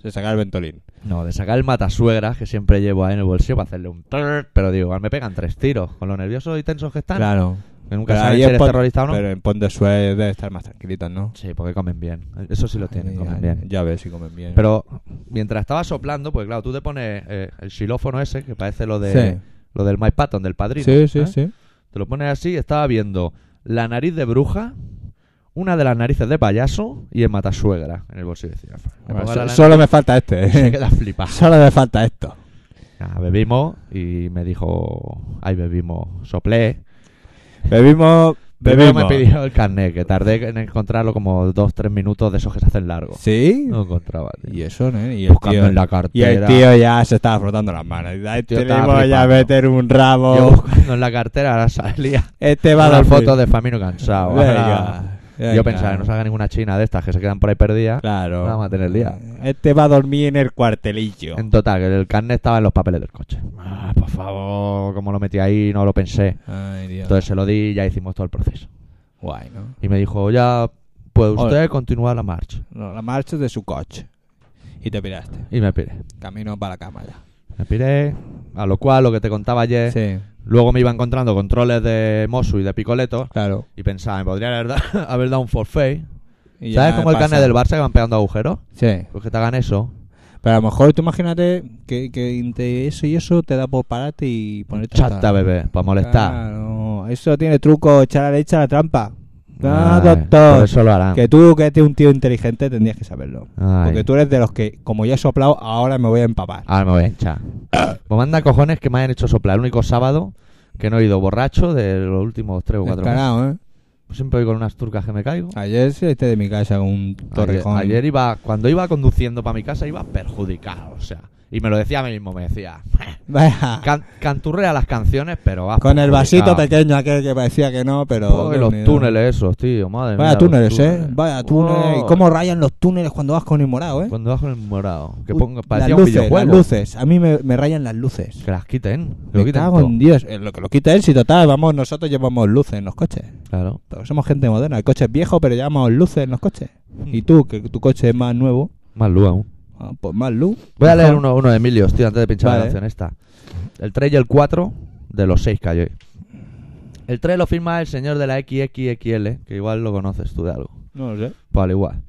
[SPEAKER 1] Se saca el ventolín.
[SPEAKER 2] No, de sacar el matasuegras que siempre llevo ahí en el bolsillo para hacerle un trrr, pero digo, igual me pegan tres tiros con lo nerviosos y tensos que están.
[SPEAKER 1] Claro.
[SPEAKER 2] Que nunca
[SPEAKER 1] Pero
[SPEAKER 2] sabes
[SPEAKER 1] ahí
[SPEAKER 2] si
[SPEAKER 1] en
[SPEAKER 2] eres
[SPEAKER 1] Pon-
[SPEAKER 2] terrorista o no.
[SPEAKER 1] Pero en Pont de Suez debe estar más tranquilitos, ¿no?
[SPEAKER 2] Sí, porque comen bien. Eso sí lo tienen,
[SPEAKER 1] Eh,
[SPEAKER 2] comen
[SPEAKER 1] ya,
[SPEAKER 2] bien.
[SPEAKER 1] ya ves si comen bien.
[SPEAKER 2] Pero mientras estaba soplando, pues claro, tú te pones eh, el xilófono ese, que parece lo de
[SPEAKER 1] Sí.
[SPEAKER 2] lo del Mike Patton, del padrino.
[SPEAKER 1] sí, sí,
[SPEAKER 2] ¿eh?
[SPEAKER 1] sí.
[SPEAKER 2] Te lo pones así y estaba viendo la nariz de bruja, una de las narices de payaso y el matasuegra en el bolsillo. Decía, me
[SPEAKER 1] Bueno,
[SPEAKER 2] pongo
[SPEAKER 1] so-
[SPEAKER 2] la nariz
[SPEAKER 1] solo me falta
[SPEAKER 2] y *laughs* se
[SPEAKER 1] este.
[SPEAKER 2] queda flipado.
[SPEAKER 1] solo me falta esto.
[SPEAKER 2] Nada, bebimos y me dijo, ay, bebimos, soplé.
[SPEAKER 1] Bebimos.
[SPEAKER 2] Primero
[SPEAKER 1] Bebimos.
[SPEAKER 2] me pidió el carnet, que tardé en encontrarlo como dos, tres minutos de esos que se hacen largos.
[SPEAKER 1] ¿Sí?
[SPEAKER 2] No encontraba, tío.
[SPEAKER 1] Y eso, ¿no? Y el,
[SPEAKER 2] Buscando
[SPEAKER 1] tío,
[SPEAKER 2] en la
[SPEAKER 1] y el
[SPEAKER 2] cartera.
[SPEAKER 1] tío ya se estaba frotando las manos.
[SPEAKER 2] tío
[SPEAKER 1] Este le
[SPEAKER 2] estaba
[SPEAKER 1] voy a
[SPEAKER 2] flipando.
[SPEAKER 1] meter un rabo.
[SPEAKER 2] Yo buscando en la cartera, ahora salía
[SPEAKER 1] este va a
[SPEAKER 2] una
[SPEAKER 1] dar
[SPEAKER 2] foto de Famino cansado. Ahora-
[SPEAKER 1] Venga, venga.
[SPEAKER 2] Yo pensaba que no salga ninguna china de estas que se quedan por ahí perdidas.
[SPEAKER 1] Claro.
[SPEAKER 2] Vamos a tener día.
[SPEAKER 1] Este va a dormir en el cuartelillo.
[SPEAKER 2] En total, que el carnet estaba en los papeles del coche. Ah, por favor, como lo metí ahí, no lo pensé.
[SPEAKER 1] Ay, Dios.
[SPEAKER 2] Entonces se lo di y ya hicimos todo el proceso.
[SPEAKER 1] Guay, ¿no?
[SPEAKER 2] Y me dijo, ya puede usted
[SPEAKER 1] Ole.
[SPEAKER 2] continuar la marcha.
[SPEAKER 1] No, La marcha de su coche. Y te piraste.
[SPEAKER 2] Y me piré.
[SPEAKER 1] Camino para la cama ya.
[SPEAKER 2] Me piré, a lo cual, lo que te contaba ayer,
[SPEAKER 1] Sí,
[SPEAKER 2] luego me iba encontrando controles de Mosu y de Picoleto
[SPEAKER 1] claro.
[SPEAKER 2] y pensaba, me podría haber, da- haber dado *laughs* un forfait.
[SPEAKER 1] Y
[SPEAKER 2] ¿Sabes
[SPEAKER 1] ya
[SPEAKER 2] como el
[SPEAKER 1] pasa.
[SPEAKER 2] carnet del Barça que van pegando agujeros?
[SPEAKER 1] Sí.
[SPEAKER 2] Pues que te hagan eso.
[SPEAKER 1] Pero a lo mejor tú imagínate que, que entre eso y eso te da por pararte y ponerte a
[SPEAKER 2] Chata,
[SPEAKER 1] estar.
[SPEAKER 2] bebé, para molestar.
[SPEAKER 1] Claro, eso tiene truco, echar a la leche a la trampa. No,
[SPEAKER 2] Ay,
[SPEAKER 1] doctor.
[SPEAKER 2] Por eso lo harán.
[SPEAKER 1] Que tú, que eres un tío inteligente, tendrías que saberlo.
[SPEAKER 2] Ay.
[SPEAKER 1] Porque tú eres de los que, como ya he soplado, ahora me voy a empapar.
[SPEAKER 2] Ahora me voy
[SPEAKER 1] *coughs*
[SPEAKER 2] a hinchar. me manda cojones que me hayan hecho soplar. El único sábado que no he ido borracho de los últimos tres o cuatro meses.
[SPEAKER 1] Descarado, ¿eh?
[SPEAKER 2] Siempre voy con unas turcas que me caigo.
[SPEAKER 1] Ayer saliste de mi casa con un
[SPEAKER 2] Ayer,
[SPEAKER 1] torrejón. *laughs*
[SPEAKER 2] ayer iba, cuando iba conduciendo para mi casa, iba perjudicado, o sea. Y me lo decía a mí mismo, me decía,
[SPEAKER 1] Vaya,
[SPEAKER 2] "Can- canturrea las canciones, pero vas
[SPEAKER 1] con el vasito
[SPEAKER 2] perjudicado".
[SPEAKER 1] pequeño aquel que parecía que no, pero. Dios
[SPEAKER 2] Oh, y Ah. los
[SPEAKER 1] mío.
[SPEAKER 2] túneles esos, tío, madre mía.
[SPEAKER 1] Vaya
[SPEAKER 2] los
[SPEAKER 1] túneles, ¿eh? Vaya
[SPEAKER 2] Oh.
[SPEAKER 1] túneles. ¿Y cómo rayan los túneles cuando vas con el morado, eh?
[SPEAKER 2] Cuando vas con el morado, que
[SPEAKER 1] Uh,
[SPEAKER 2] ponga,
[SPEAKER 1] las
[SPEAKER 2] parecía un
[SPEAKER 1] luces, las
[SPEAKER 2] videojuego.
[SPEAKER 1] luces. A mí me, me rayan las luces.
[SPEAKER 2] Que las quiten, que
[SPEAKER 1] Me
[SPEAKER 2] lo quiten
[SPEAKER 1] cago
[SPEAKER 2] todo.
[SPEAKER 1] en Dios. Eh, Lo que lo quita él, si total, vamos, nosotros llevamos luces en los coches.
[SPEAKER 2] Claro.
[SPEAKER 1] Pero somos gente moderna. El coche es viejo, pero llevamos luces en los coches.
[SPEAKER 2] Hmm.
[SPEAKER 1] Y tú, que tu coche es más nuevo,
[SPEAKER 2] Más luz aún.
[SPEAKER 1] ah, pues más luz.
[SPEAKER 2] Voy a leer
[SPEAKER 1] Mejor.
[SPEAKER 2] uno, uno de Emilio, tío, antes de pinchar
[SPEAKER 1] Vale.
[SPEAKER 2] la canción esta. El 3 y el 4 de los 6 que hay hoy. El 3 lo firma el señor de la XXXL, que igual lo conoces tú de algo.
[SPEAKER 1] No lo sé.
[SPEAKER 2] Pues al igual.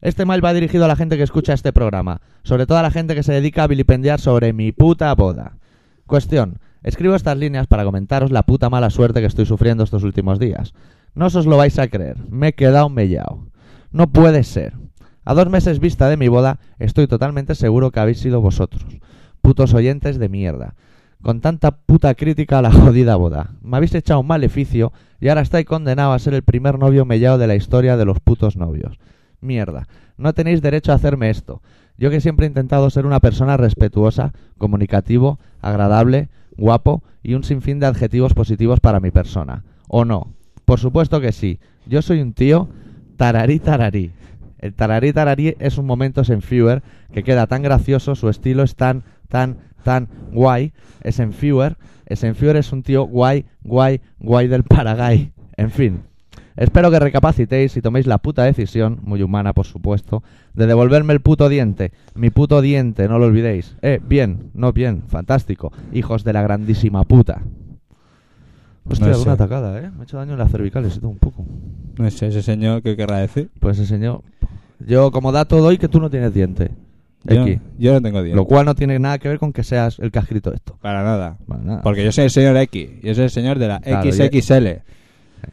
[SPEAKER 2] Este mail va dirigido a la gente que escucha este programa, sobre todo a la gente que se dedica a vilipendiar sobre mi puta boda. Cuestión. Escribo estas líneas para comentaros la puta mala suerte que estoy sufriendo estos últimos días. No os lo vais a creer, me he quedado mellao. No puede ser. A dos meses vista de mi boda, estoy totalmente seguro que habéis sido vosotros. Putos oyentes de mierda. Con tanta puta crítica a la *laughs* jodida boda. Me habéis echado un maleficio y ahora estáis condenado a ser el primer novio mellao de la historia de los putos novios. Mierda, no tenéis derecho a hacerme esto. Yo que siempre he intentado ser una persona respetuosa, comunicativo, agradable, guapo y un sinfín de adjetivos positivos para mi persona. ¿O no? Por supuesto que sí. Yo soy un tío tararí tararí. El tararí tararí es un momento en Fewer que queda tan gracioso, su estilo es tan, tan, tan guay. Es en Fewer. Es en Fewer es un tío guay, guay, guay del Paraguay. En fin. Espero que recapacitéis y toméis la puta decisión, muy humana por supuesto, de devolverme el puto diente. Mi puto diente, no lo olvidéis. Eh, bien, no bien, fantástico. Hijos de la grandísima puta. Hostia,
[SPEAKER 1] No sé.
[SPEAKER 2] una atacada, ¿eh? Me ha hecho daño en las cervicales y todo un poco.
[SPEAKER 1] No sé, ese señor, ¿qué querrá decir?
[SPEAKER 2] Pues ese señor. Yo como dato doy que tú no tienes diente.
[SPEAKER 1] Yo,
[SPEAKER 2] X.
[SPEAKER 1] yo no tengo dinero.
[SPEAKER 2] Lo cual no tiene nada que ver con que seas el que ha escrito esto.
[SPEAKER 1] Para nada.
[SPEAKER 2] Para nada.
[SPEAKER 1] Porque yo soy el señor X. Yo soy el señor de la
[SPEAKER 2] Claro,
[SPEAKER 1] XXL.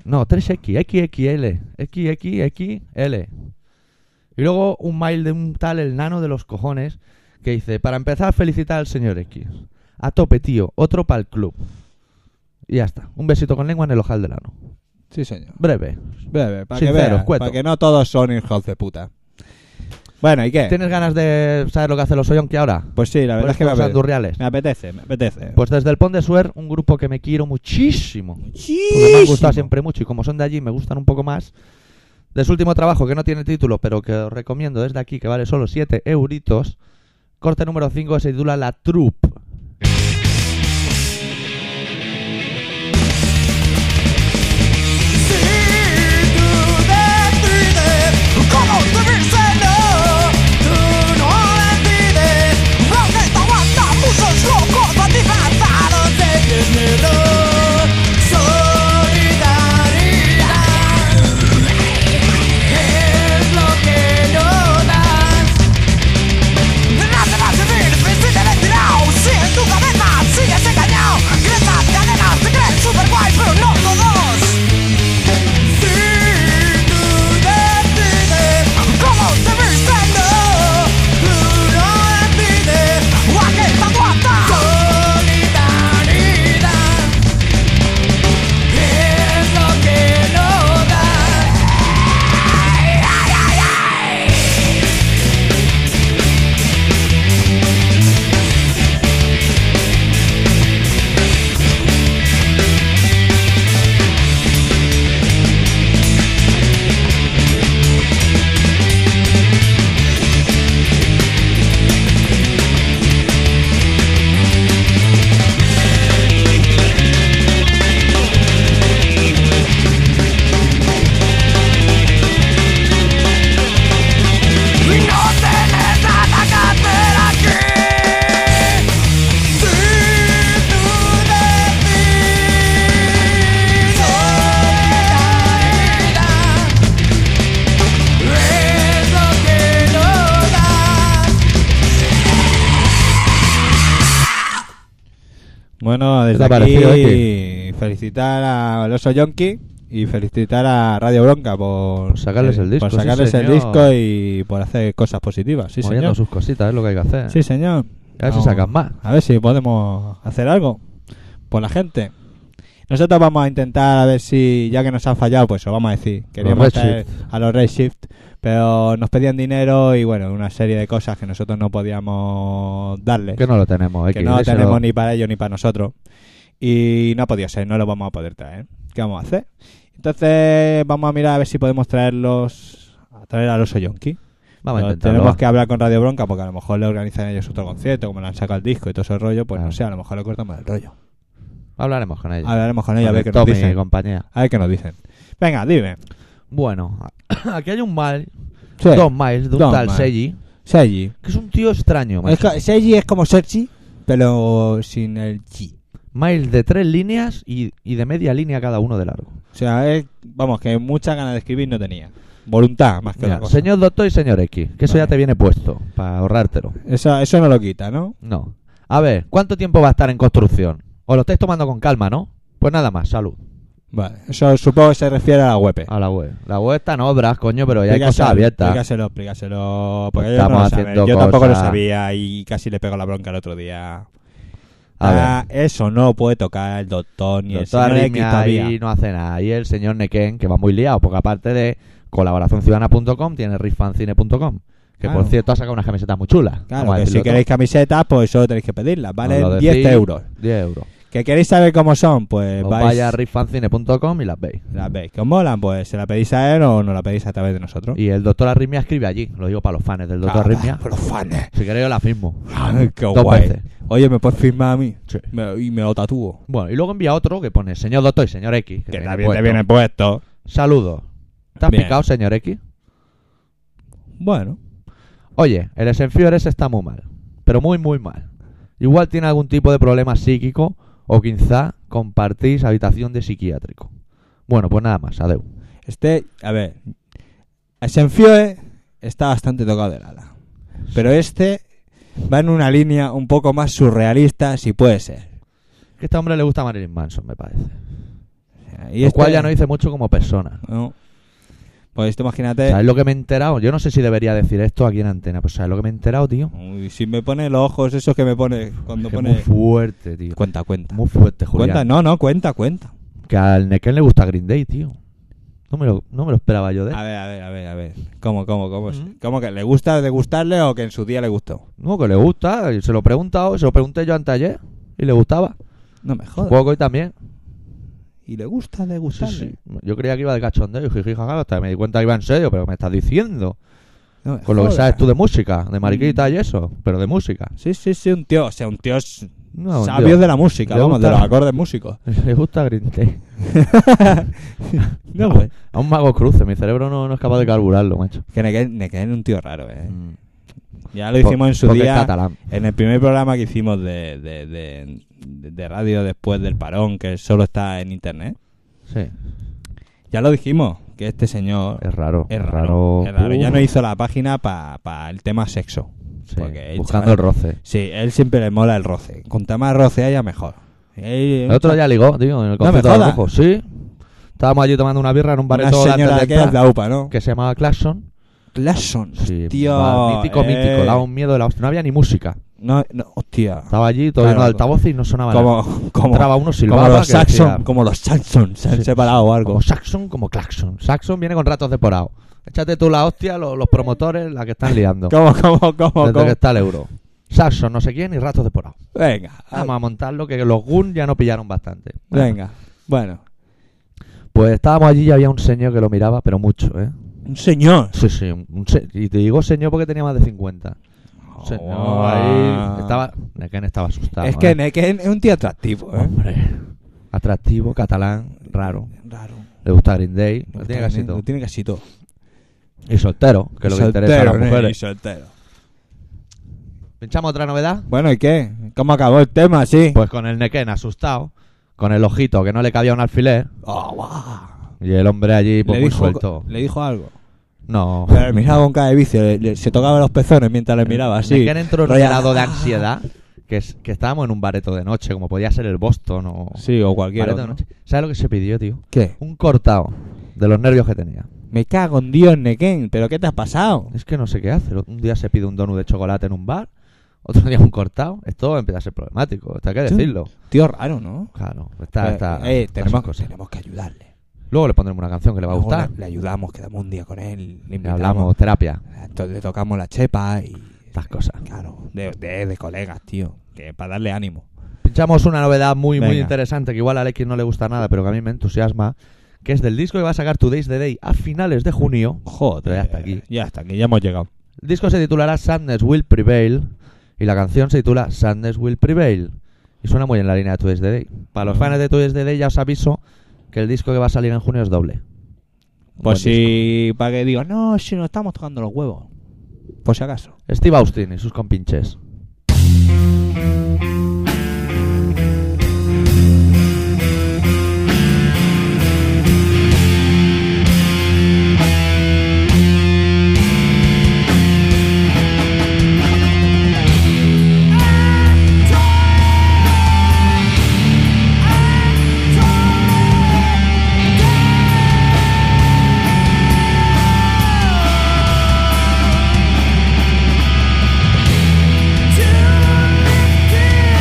[SPEAKER 2] No, 3X, XXL, XXXL. Y luego un mail de un tal el nano de los cojones que dice, para empezar, felicitar al señor X. A tope, tío, otro para el club. Y ya está, un besito con lengua en el ojal del ano.
[SPEAKER 1] Sí, señor.
[SPEAKER 2] Breve.
[SPEAKER 1] Breve, para que
[SPEAKER 2] Sincero,
[SPEAKER 1] veas.
[SPEAKER 2] cueto.
[SPEAKER 1] Para que no todos son hijos de puta. Bueno, ¿y qué?
[SPEAKER 2] ¿Tienes ganas de saber lo que hace los Oyonki ahora?
[SPEAKER 1] Pues sí, Eh. la verdad
[SPEAKER 2] Pues
[SPEAKER 1] es que me
[SPEAKER 2] cosas
[SPEAKER 1] apetece.
[SPEAKER 2] andurriales.
[SPEAKER 1] Me apetece, me apetece.
[SPEAKER 2] Pues desde el Pont de Suer, un grupo que me quiero muchísimo. Porque me han
[SPEAKER 1] Muchísimo.
[SPEAKER 2] gustado siempre mucho y como son de allí me gustan un poco más. De su último trabajo, que no tiene título, pero que os recomiendo desde aquí, que vale solo 7 euritos. Corte número 5 se titula La Troupe.
[SPEAKER 4] Como tu no, tú no la pides. Protesta aguanta muchos locos van disfrazados de género. Solidaridad es lo que no das. Nadie va a vivir vestido de tirao. Si en tu cabeza sigues engañado, Grietas, cadenas, te crees super guay, pero no todos. Si tú decides cómo te visten, no, tú no decides aquel tatuata. Solidaridad es lo que no da. Y no tienes nada que hacer aquí Si tú decides Solidaridad Es lo que no das
[SPEAKER 1] Bueno,
[SPEAKER 2] te
[SPEAKER 1] desde
[SPEAKER 2] ha parecido,
[SPEAKER 1] aquí felicitar a los Yonki y felicitar a Radio Bronca por,
[SPEAKER 2] Por sacarles el disco,
[SPEAKER 1] por
[SPEAKER 2] sí,
[SPEAKER 1] sacarles el
[SPEAKER 2] señor.
[SPEAKER 1] disco y por hacer cosas positivas. Sí,
[SPEAKER 2] moviendo
[SPEAKER 1] señor.
[SPEAKER 2] sus cositas, es lo que hay que hacer.
[SPEAKER 1] Sí, señor.
[SPEAKER 2] Ah. a ver si
[SPEAKER 1] No.
[SPEAKER 2] sacan más.
[SPEAKER 1] A ver si podemos hacer algo por la gente. Nosotros vamos a intentar a ver si, ya que nos han fallado, pues lo vamos a decir. Queríamos traer
[SPEAKER 2] Redshift.
[SPEAKER 1] a los Redshift, pero nos pedían dinero y bueno, una serie de cosas que nosotros no podíamos darle.
[SPEAKER 2] Que no lo tenemos,
[SPEAKER 1] que
[SPEAKER 2] X,
[SPEAKER 1] no
[SPEAKER 2] díselo.
[SPEAKER 1] tenemos ni para ellos ni para nosotros. Y no ha podido ser, no lo vamos a poder traer. ¿Qué vamos a hacer? Entonces vamos a mirar a ver si podemos traerlos, a traer a los Oyonki.
[SPEAKER 2] Vamos
[SPEAKER 1] Pero
[SPEAKER 2] a intentarlo.
[SPEAKER 1] Tenemos que hablar con Radio Bronca porque a lo mejor le organizan ellos otro concierto, como le han sacado el disco y todo ese rollo, pues
[SPEAKER 2] Claro.
[SPEAKER 1] no sé, a lo mejor le cortamos el rollo.
[SPEAKER 2] Hablaremos con ellos.
[SPEAKER 1] Hablaremos con ellos a
[SPEAKER 2] Con
[SPEAKER 1] ver
[SPEAKER 2] el
[SPEAKER 1] qué nos
[SPEAKER 2] Tommy y
[SPEAKER 1] dicen.
[SPEAKER 2] compañía.
[SPEAKER 1] A ver qué nos dicen. Venga, dime.
[SPEAKER 2] Bueno, *coughs* aquí hay un mal,
[SPEAKER 1] Sí,
[SPEAKER 2] dos miles, de un
[SPEAKER 1] Don
[SPEAKER 2] tal
[SPEAKER 1] Miles.
[SPEAKER 2] Seiji,
[SPEAKER 1] Seiji.
[SPEAKER 2] que es un tío extraño.
[SPEAKER 1] Es
[SPEAKER 2] macho.
[SPEAKER 1] que Seiji es como Sechi, pero sin el chi.
[SPEAKER 2] Miles de tres líneas y, y de media línea cada uno de largo.
[SPEAKER 1] O sea, es, vamos, que muchas ganas de escribir no tenía. Voluntad, más que
[SPEAKER 2] Mira,
[SPEAKER 1] otra cosa.
[SPEAKER 2] señor Doctor y señor X, que eso
[SPEAKER 1] Vale.
[SPEAKER 2] ya te viene puesto, para ahorrártelo.
[SPEAKER 1] Eso, eso no lo quita, ¿no?
[SPEAKER 2] No. A ver, ¿cuánto tiempo va a estar en construcción? Os lo estáis tomando con calma, ¿no? Pues nada más, salud.
[SPEAKER 1] Vale, eso supongo que se refiere a la web.
[SPEAKER 2] A la web. La web está en obras, coño, pero Ah, pues ya hay cosas
[SPEAKER 1] Explícaselo,
[SPEAKER 2] abiertas.
[SPEAKER 1] Explícaselo, explícaselo. Porque ellos no
[SPEAKER 2] Estamos
[SPEAKER 1] lo saben.
[SPEAKER 2] haciendo
[SPEAKER 1] Yo tampoco lo
[SPEAKER 2] cosas.
[SPEAKER 1] sabía y casi le pego la bronca el otro día.
[SPEAKER 2] A ver.
[SPEAKER 1] Ah, eso no lo puede tocar el doctor ni
[SPEAKER 2] Doctor
[SPEAKER 1] el señor X
[SPEAKER 2] Arritmia
[SPEAKER 1] todavía.
[SPEAKER 2] ahí no hace nada. Y el señor Nequén, que va muy liado, porque aparte de colaboracionciudadana.com, tiene rifancine.com. Que
[SPEAKER 1] Claro.
[SPEAKER 2] por cierto ha sacado unas camisetas muy chulas.
[SPEAKER 1] Claro,
[SPEAKER 2] Vamos a
[SPEAKER 1] que si
[SPEAKER 2] decirlo
[SPEAKER 1] queréis
[SPEAKER 2] todo.
[SPEAKER 1] camisetas, pues solo tenéis que pedirlas, ¿vale?
[SPEAKER 2] Nos lo
[SPEAKER 1] 10
[SPEAKER 2] decís,
[SPEAKER 1] euros.
[SPEAKER 2] 10 euros.
[SPEAKER 1] ¿Que queréis saber cómo son? Pues
[SPEAKER 2] Os
[SPEAKER 1] vais,
[SPEAKER 2] vais a rifancine.com y las veis.
[SPEAKER 1] las veis. ¿Que os molan? Pues se la pedís a él o no la pedís a través de nosotros.
[SPEAKER 2] Y el doctor Arritmia escribe allí. Lo digo para los fans del doctor Arritmia.
[SPEAKER 1] Ah, Por los fans.
[SPEAKER 2] Si queréis, yo la firmo.
[SPEAKER 1] Ay, Qué
[SPEAKER 2] Dos
[SPEAKER 1] guay.
[SPEAKER 2] veces.
[SPEAKER 1] Oye, ¿me puedes firmar a mí?
[SPEAKER 2] Sí.
[SPEAKER 1] Me- y me lo tatúo.
[SPEAKER 2] Bueno, y luego envía otro que pone señor doctor y señor X.
[SPEAKER 1] Que
[SPEAKER 2] viene
[SPEAKER 1] también te
[SPEAKER 2] puesto.
[SPEAKER 1] viene puesto.
[SPEAKER 2] Saludos. ¿Te has
[SPEAKER 1] Bien.
[SPEAKER 2] picado, señor X?
[SPEAKER 1] Bueno,
[SPEAKER 2] Oye, el Esenfiores está muy mal, pero muy, muy mal. Igual tiene algún tipo de problema psíquico o quizá compartís habitación de psiquiátrico. Bueno, pues nada más, adeu.
[SPEAKER 1] este, a ver. Senfioe está bastante tocado del ala. Pero este va en una línea un poco más surrealista, si puede ser.
[SPEAKER 2] Que a este hombre le gusta Marilyn Manson, me parece.
[SPEAKER 1] Y
[SPEAKER 2] Lo
[SPEAKER 1] este-
[SPEAKER 2] cual ya no dice mucho como persona.
[SPEAKER 1] No. Pues tú imagínate.
[SPEAKER 2] ¿Sabes lo que me he enterado? Yo no sé si debería decir esto aquí en antena, pero ¿sabes lo que me he enterado, tío?
[SPEAKER 1] Uy, si me pone los ojos, esos que me pone cuando
[SPEAKER 2] Que
[SPEAKER 1] pone.
[SPEAKER 2] Muy fuerte, tío.
[SPEAKER 1] Cuenta, cuenta.
[SPEAKER 2] Muy fuerte, Julián.
[SPEAKER 1] Cuenta, no, no, cuenta, cuenta.
[SPEAKER 2] Que al Nequén le gusta Green Day, tío. No me lo, no me lo esperaba yo de él.
[SPEAKER 1] A ver, a ver, a ver, a ver. ¿Cómo, cómo, cómo? es?
[SPEAKER 2] Ujú.
[SPEAKER 1] ¿Cómo que le gusta de gustarle o que en su día le gustó?
[SPEAKER 2] No, que le gusta, y se lo he preguntado, se lo pregunté yo antes ayer, y le gustaba.
[SPEAKER 1] No me jodas.
[SPEAKER 2] Supongo que hoy también.
[SPEAKER 1] Y le gusta ¿eh? de gustarle.
[SPEAKER 2] Yo creía que iba de cachondeo y jiji, jaja, hasta me di cuenta que iba en serio, pero me estás diciendo.
[SPEAKER 1] No me
[SPEAKER 2] Con lo que
[SPEAKER 1] jodas.
[SPEAKER 2] sabes tú de música, de mariquita y eso, pero de música.
[SPEAKER 1] Sí, sí, sí, un tío. O sea, un tío s-
[SPEAKER 2] No, un
[SPEAKER 1] sabio
[SPEAKER 2] tío.
[SPEAKER 1] de la música,
[SPEAKER 2] Le
[SPEAKER 1] vamos, de
[SPEAKER 2] gusta-
[SPEAKER 1] los acordes músicos.
[SPEAKER 2] *laughs* Le gusta Green Day.
[SPEAKER 1] *laughs* no, pues. güey.
[SPEAKER 2] A un mago cruce, mi cerebro no, no es capaz de carburarlo, macho.
[SPEAKER 1] Que Nequén es un tío raro, eh.
[SPEAKER 2] Mm.
[SPEAKER 1] Ya lo hicimos
[SPEAKER 2] Por-
[SPEAKER 1] en su
[SPEAKER 2] porque
[SPEAKER 1] día.
[SPEAKER 2] es catalán.
[SPEAKER 1] En el primer programa que hicimos de, de, de- de radio después del parón, que solo está en internet,
[SPEAKER 2] Sí,
[SPEAKER 1] ya lo dijimos, que este señor
[SPEAKER 2] es raro.
[SPEAKER 1] es raro. es raro. Ya
[SPEAKER 2] Uh,
[SPEAKER 1] no hizo la página para el tema sexo.
[SPEAKER 2] sí,
[SPEAKER 1] porque el
[SPEAKER 2] Buscando el
[SPEAKER 1] chaval-
[SPEAKER 2] roce.
[SPEAKER 1] Sí, él siempre le mola el roce. Cuanta más roce haya, mejor. Él-
[SPEAKER 2] El otro día ligó, tío, en el
[SPEAKER 1] me
[SPEAKER 2] concierto de
[SPEAKER 1] jodas.
[SPEAKER 2] Rojo. Sí. Estábamos allí tomando una birra en un
[SPEAKER 1] una
[SPEAKER 2] bareto de
[SPEAKER 1] señora
[SPEAKER 2] antes de
[SPEAKER 1] que es
[SPEAKER 2] entrar,
[SPEAKER 1] la UPA, ¿no?
[SPEAKER 2] que se llamaba Clashon.
[SPEAKER 1] Clashon,
[SPEAKER 2] Sí,
[SPEAKER 1] tío.
[SPEAKER 2] bar mítico,
[SPEAKER 1] eh.
[SPEAKER 2] mítico. Daba un miedo de la hostia. No había ni música.
[SPEAKER 1] No, no, hostia.
[SPEAKER 2] Estaba allí todo
[SPEAKER 1] Claro,
[SPEAKER 2] lleno de
[SPEAKER 1] como-
[SPEAKER 2] altavoces y no sonaba nada.
[SPEAKER 1] Como, como,
[SPEAKER 2] Entraba uno silbaba.
[SPEAKER 1] como los
[SPEAKER 2] que decía-
[SPEAKER 1] Saxon, como los Saxon, se han
[SPEAKER 2] Sí.
[SPEAKER 1] separado o algo.
[SPEAKER 2] Como Saxon, como Claxon. Saxon viene con ratos de porao. Échate tú la hostia, lo- los promotores, la que están
[SPEAKER 1] *laughs* *laughs*
[SPEAKER 2] liando.
[SPEAKER 1] ¿Cómo, cómo, cómo,
[SPEAKER 2] desde
[SPEAKER 1] cómo?
[SPEAKER 2] que está el euro. Saxon, no sé quién, y ratos de porao.
[SPEAKER 1] Venga,
[SPEAKER 2] Vamos a montarlo, que los Gun ya no pillaron bastante. Ah, Bueno,
[SPEAKER 1] venga. Bueno,
[SPEAKER 2] Pues estábamos allí y había un señor que lo miraba, pero mucho, ¿eh?
[SPEAKER 1] un señor.
[SPEAKER 2] Sí, sí. un se- y te digo señor porque tenía más de 50. Un señor Oh, ahí. Estaba. Neken estaba asustado.
[SPEAKER 1] Oh. es que
[SPEAKER 2] ¿eh?
[SPEAKER 1] Neken es un tío atractivo, ¿eh?
[SPEAKER 2] Hombre. Atractivo, catalán, raro.
[SPEAKER 1] Raro.
[SPEAKER 2] Le gusta Green Day. Lo tiene casi todo.
[SPEAKER 1] Lo tiene casi todo.
[SPEAKER 2] Y soltero, que es lo que
[SPEAKER 1] Soltero,
[SPEAKER 2] interesa a las
[SPEAKER 1] nene,
[SPEAKER 2] mujeres.
[SPEAKER 1] y soltero.
[SPEAKER 2] ¿Pinchamos otra novedad?
[SPEAKER 1] Bueno, ¿y qué? ¿Cómo acabó el tema, sí?
[SPEAKER 2] Pues con el Nequén asustado, con el ojito que no le cabía un alfiler,
[SPEAKER 1] Oh, guau.
[SPEAKER 2] y el hombre allí pues,
[SPEAKER 1] le,
[SPEAKER 2] muy
[SPEAKER 1] dijo,
[SPEAKER 2] suelto.
[SPEAKER 1] le dijo algo.
[SPEAKER 2] No.
[SPEAKER 1] Pero le miraba con cara de vicio. le- le- se tocaba los pezones mientras le
[SPEAKER 2] Eh,
[SPEAKER 1] miraba así.
[SPEAKER 2] Nequén entró en un
[SPEAKER 1] Rollo,
[SPEAKER 2] grado de
[SPEAKER 1] ah.
[SPEAKER 2] ansiedad, que, es, que estábamos en un bareto de noche, como podía ser el Boston o...
[SPEAKER 1] Sí, o cualquier
[SPEAKER 2] bareto de
[SPEAKER 1] otro.
[SPEAKER 2] noche. ¿Sabes lo que se pidió, tío?
[SPEAKER 1] ¿Qué?
[SPEAKER 2] Un cortado de los nervios que tenía.
[SPEAKER 1] Me cago en Dios, Nequén. ¿Pero qué te ha pasado?
[SPEAKER 2] Es que no sé qué hace. Un día se pide un donut de chocolate en un bar, otro día un cortado. Esto empieza a ser problemático, está que
[SPEAKER 1] Sí.
[SPEAKER 2] decirlo.
[SPEAKER 1] Tío raro, ¿no?
[SPEAKER 2] Claro, está,
[SPEAKER 1] Eh,
[SPEAKER 2] está.
[SPEAKER 1] eh,
[SPEAKER 2] está sus
[SPEAKER 1] tenemos,
[SPEAKER 2] cosas.
[SPEAKER 1] tenemos que ayudarle.
[SPEAKER 2] Luego le pondremos una canción que le va a
[SPEAKER 1] Luego
[SPEAKER 2] gustar.
[SPEAKER 1] Le, le ayudamos, quedamos un día con él, le
[SPEAKER 2] Le
[SPEAKER 1] invitamos.
[SPEAKER 2] hablamos terapia,
[SPEAKER 1] Entonces le tocamos la chepa y.
[SPEAKER 2] estas cosas.
[SPEAKER 1] Claro, de, de, de colegas, tío. Que para darle ánimo.
[SPEAKER 2] Pinchamos una novedad muy, muy
[SPEAKER 1] Venga.
[SPEAKER 2] interesante que igual a Alex no le gusta nada, pero que a mí me entusiasma, que es del disco que va a sacar Today's the Day a finales de junio.
[SPEAKER 1] Joder,
[SPEAKER 2] ya está aquí.
[SPEAKER 1] Ya está aquí, ya hemos llegado.
[SPEAKER 2] El disco se titulará Sadness Will Prevail y la canción se titula Sadness Will Prevail. Y suena muy en la línea de Today's the Day. Para los fans de Today's the Day ya os aviso que el disco que va a salir en junio es doble. Un buen
[SPEAKER 1] Pues si. Para que digo, no, si nos estamos tocando los huevos. Por si acaso.
[SPEAKER 2] disco. Steve Austin y sus compinches.
[SPEAKER 4] Yeah.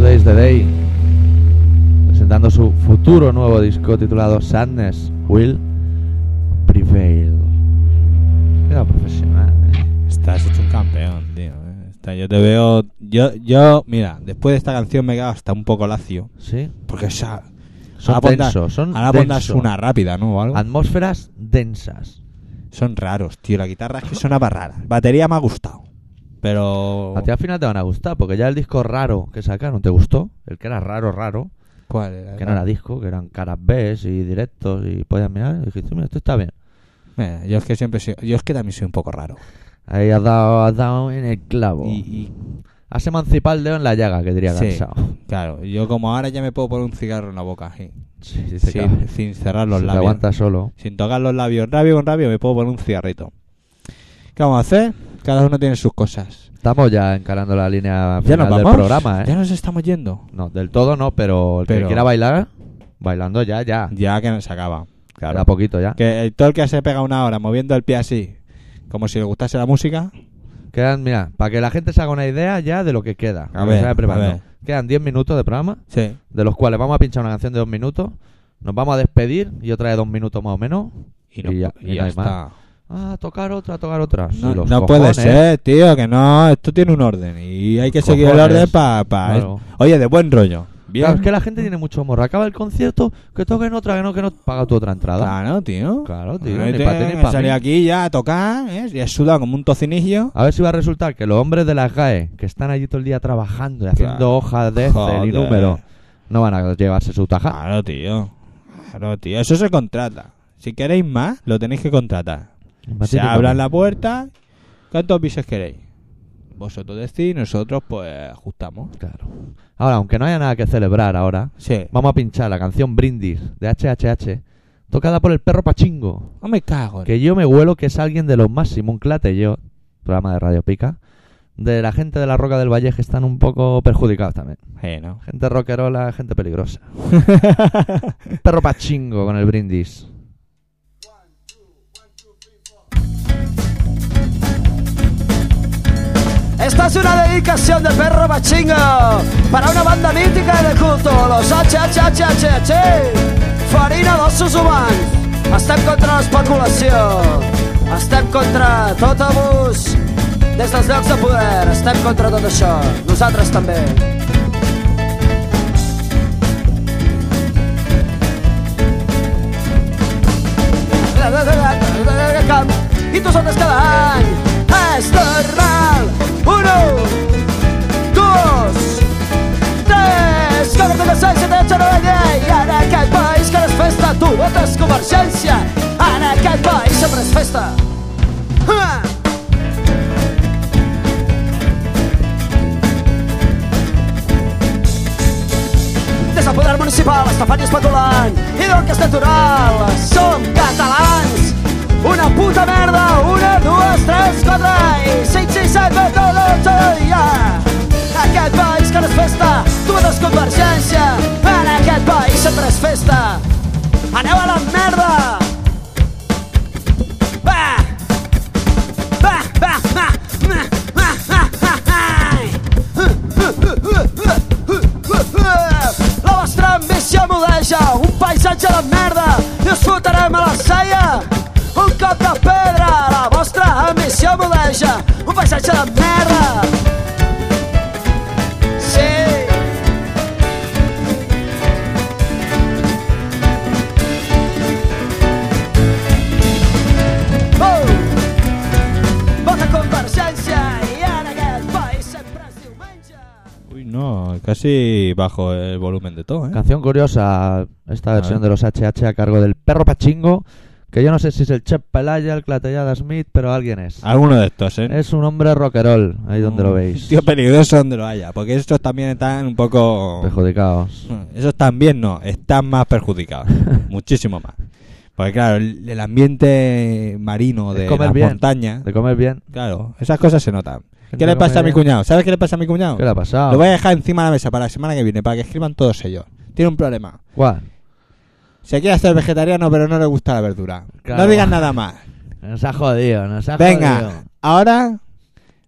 [SPEAKER 2] Says the Day, presentando su futuro nuevo disco titulado Sadness Will Prevail. Era profesional. ¿eh?
[SPEAKER 1] Estás hecho un campeón, tío. eh. Está- Yo te veo. Yo, yo, mira, después de esta canción me he quedado hasta un poco lacio.
[SPEAKER 2] Sí,
[SPEAKER 1] Porque esa.
[SPEAKER 2] son
[SPEAKER 1] ahora pondrás-
[SPEAKER 2] densos, son
[SPEAKER 1] Ahora pondrás
[SPEAKER 2] densos.
[SPEAKER 1] una rápida, ¿no? O algo.
[SPEAKER 2] Atmósferas densas.
[SPEAKER 1] Son raros, tío. La guitarra es que sonaba rara. Batería me ha gustado. Pero.
[SPEAKER 2] A ti al final te van a gustar, porque ya el disco raro que sacaron te gustó, el que era raro, raro,
[SPEAKER 1] ¿Cuál era?
[SPEAKER 2] que no era disco, que eran caras B y directos y podías mirar, y dijiste, mira, esto está bien.
[SPEAKER 1] Mira, yo es que siempre soy- Yo es que también soy un poco raro.
[SPEAKER 2] Ahí has dado, has dado en el clavo.
[SPEAKER 1] Y,
[SPEAKER 2] Has emancipado el dedo en la llaga, que diría
[SPEAKER 1] Sí.
[SPEAKER 2] cansado.
[SPEAKER 1] y, claro, yo como ahora ya me puedo poner un cigarro en la boca. sí.
[SPEAKER 2] *laughs* Sí, sí, se cabe.
[SPEAKER 1] sin, sin cerrar los
[SPEAKER 2] Se te
[SPEAKER 1] labios.
[SPEAKER 2] aguanta solo.
[SPEAKER 1] Sin tocar los labios. Rabio con rabio me puedo poner un cigarrito. ¿Qué vamos a hacer? Cada uno tiene sus cosas.
[SPEAKER 2] Estamos ya encarando la línea
[SPEAKER 1] Ya
[SPEAKER 2] final
[SPEAKER 1] nos
[SPEAKER 2] del
[SPEAKER 1] vamos.
[SPEAKER 2] programa, ¿eh?
[SPEAKER 1] Ya nos estamos yendo.
[SPEAKER 2] No, del todo no, pero el
[SPEAKER 1] Pero-
[SPEAKER 2] que quiera bailar, bailando ya, ya.
[SPEAKER 1] Ya que nos acaba.
[SPEAKER 2] Era
[SPEAKER 1] Claro.
[SPEAKER 2] poquito ya.
[SPEAKER 1] Que el todo el que se pega una hora moviendo el pie así, como si le gustase la música,
[SPEAKER 2] Quedan, mira, para que la gente se haga una idea ya de lo que queda.
[SPEAKER 1] A
[SPEAKER 2] lo que
[SPEAKER 1] ver,
[SPEAKER 2] se vaya preparando.
[SPEAKER 1] a ver.
[SPEAKER 2] Quedan 10 minutos de programa,
[SPEAKER 1] sí.
[SPEAKER 2] de los cuales vamos a pinchar una canción de dos minutos, nos vamos a despedir y otra de dos minutos más o menos.
[SPEAKER 1] Y, no-
[SPEAKER 2] Y ya-
[SPEAKER 1] y
[SPEAKER 2] y
[SPEAKER 1] ya
[SPEAKER 2] no hay
[SPEAKER 1] está.
[SPEAKER 2] Ah, tocar otra, tocar otra. Sí,
[SPEAKER 1] No,
[SPEAKER 2] los
[SPEAKER 1] no puede
[SPEAKER 2] cojones. ¿eh?
[SPEAKER 1] ser, tío, que no. Esto tiene un orden y hay que
[SPEAKER 2] Los
[SPEAKER 1] seguir el
[SPEAKER 2] cojones.
[SPEAKER 1] orden para. Pa,
[SPEAKER 2] Claro.
[SPEAKER 1] Oye, de buen rollo. Ah, Bien.
[SPEAKER 2] Claro, es que la gente tiene mucho morro. Acaba el concierto, que toquen otra, que no, que no paga tu otra entrada.
[SPEAKER 1] Claro, tío.
[SPEAKER 2] Claro, tío,
[SPEAKER 1] Ahí
[SPEAKER 2] ni
[SPEAKER 1] te-
[SPEAKER 2] pa' ti ni pa'
[SPEAKER 1] salí
[SPEAKER 2] mí.
[SPEAKER 1] aquí ya a tocar, ¿eh? Y has sudado como un tocinillo.
[SPEAKER 2] A ver si va a resultar que los hombres de las GAE, que están allí todo el día trabajando y haciendo
[SPEAKER 1] Claro.
[SPEAKER 2] hojas de Excel y
[SPEAKER 1] Joder.
[SPEAKER 2] números, no van a llevarse su taja.
[SPEAKER 1] Claro, tío. Claro, tío. Eso se contrata. Si queréis más, lo tenéis que contratar. Se abran la puerta. ¿Cuántos bises queréis? Vosotros decís, nosotros pues ajustamos.
[SPEAKER 2] Claro. Ahora, aunque no haya nada que celebrar ahora,
[SPEAKER 1] Sí.
[SPEAKER 2] vamos a pinchar la canción Brindis de HHH, tocada por el perro Pachingo.
[SPEAKER 1] No me cago. en-
[SPEAKER 2] Que yo me huelo que es alguien de los máximos, un clate yo, programa de Radio Pica, de la gente de la Roca del Valle que están un poco perjudicados también.
[SPEAKER 1] Eh, no.
[SPEAKER 2] Gente rockerola,
[SPEAKER 1] *laughs*
[SPEAKER 2] gente peligrosa. Perro Pachingo con el Brindis.
[SPEAKER 4] Esta es una dedicación de Perro Machingo para una banda mítica y de culto, los HHHH. Farina dels humans. Estem contra l'especulació. Estem contra tot abús. Des dels llocs de poder, estem contra tot això. Nosaltres també. I tu sotes cada any. És normal. Uno, dos, tres. Que la decència de Xarolla i en aquest país que no és festa, tu votes Convergència. En aquest país sempre és festa. Ah! Des del poder municipal es fan especulant i diuen que és natural. Som catalans. Una puta merda, una, dues, tres, quatre i cinc, sis, set, vuit, nou, dotze, ja. Aquest país que no és festa, tu no és convergència. Per aquest país sempre és festa. Aneu a la merda! Va! Va, va, va, va, va, va, va, va. La vostra ambició mudeja un paisatge de merda i us fotrem a la saia un cop de pedra. La vostra ambició mudeja un paisatge de merda. Sí. Oh! Vota Convergència i en aquest país sempre es diumenge.
[SPEAKER 1] Uy, no, casi bajo el volumen de todo, ¿eh?
[SPEAKER 2] Canción curiosa, esta
[SPEAKER 1] A
[SPEAKER 2] versión
[SPEAKER 1] ver.
[SPEAKER 2] de los HH a cargo del perro Pachingo, que yo no sé si es el Chep Pelaya, el Clatellada Smith, pero alguien es.
[SPEAKER 1] Alguno de estos, ¿eh? Mm.
[SPEAKER 2] Es un hombre rockerol, ahí donde lo
[SPEAKER 1] *laughs*
[SPEAKER 2] veis.
[SPEAKER 1] Tío peligroso donde lo haya, porque estos también están un poco... Mm,
[SPEAKER 2] Perjudicados.
[SPEAKER 1] Esos también no, están más
[SPEAKER 2] *laughs*
[SPEAKER 1] perjudicados, muchísimo más. Porque claro, el, el ambiente marino
[SPEAKER 2] Es
[SPEAKER 1] de
[SPEAKER 2] comer
[SPEAKER 1] las
[SPEAKER 2] bien.
[SPEAKER 1] montañas,
[SPEAKER 2] De comer bien.
[SPEAKER 1] claro, esas cosas se notan.
[SPEAKER 2] Gente
[SPEAKER 1] ¿Qué le
[SPEAKER 2] que
[SPEAKER 1] pasa a mi
[SPEAKER 2] come bien.
[SPEAKER 1] cuñado? ¿Sabes qué le pasa a mi cuñado?
[SPEAKER 2] ¿Qué le ha pasado?
[SPEAKER 1] Lo voy a dejar encima de la mesa para la semana que viene, para que escriban todos ellos. Tiene un problema.
[SPEAKER 2] ¿Cuál?
[SPEAKER 1] Se quiere hacer vegetariano, pero no le gusta la verdura.
[SPEAKER 2] Claro. *laughs*
[SPEAKER 1] No digas nada más.
[SPEAKER 2] Nos ha jodido, nos ha
[SPEAKER 1] Venga,
[SPEAKER 2] jodido.
[SPEAKER 1] ahora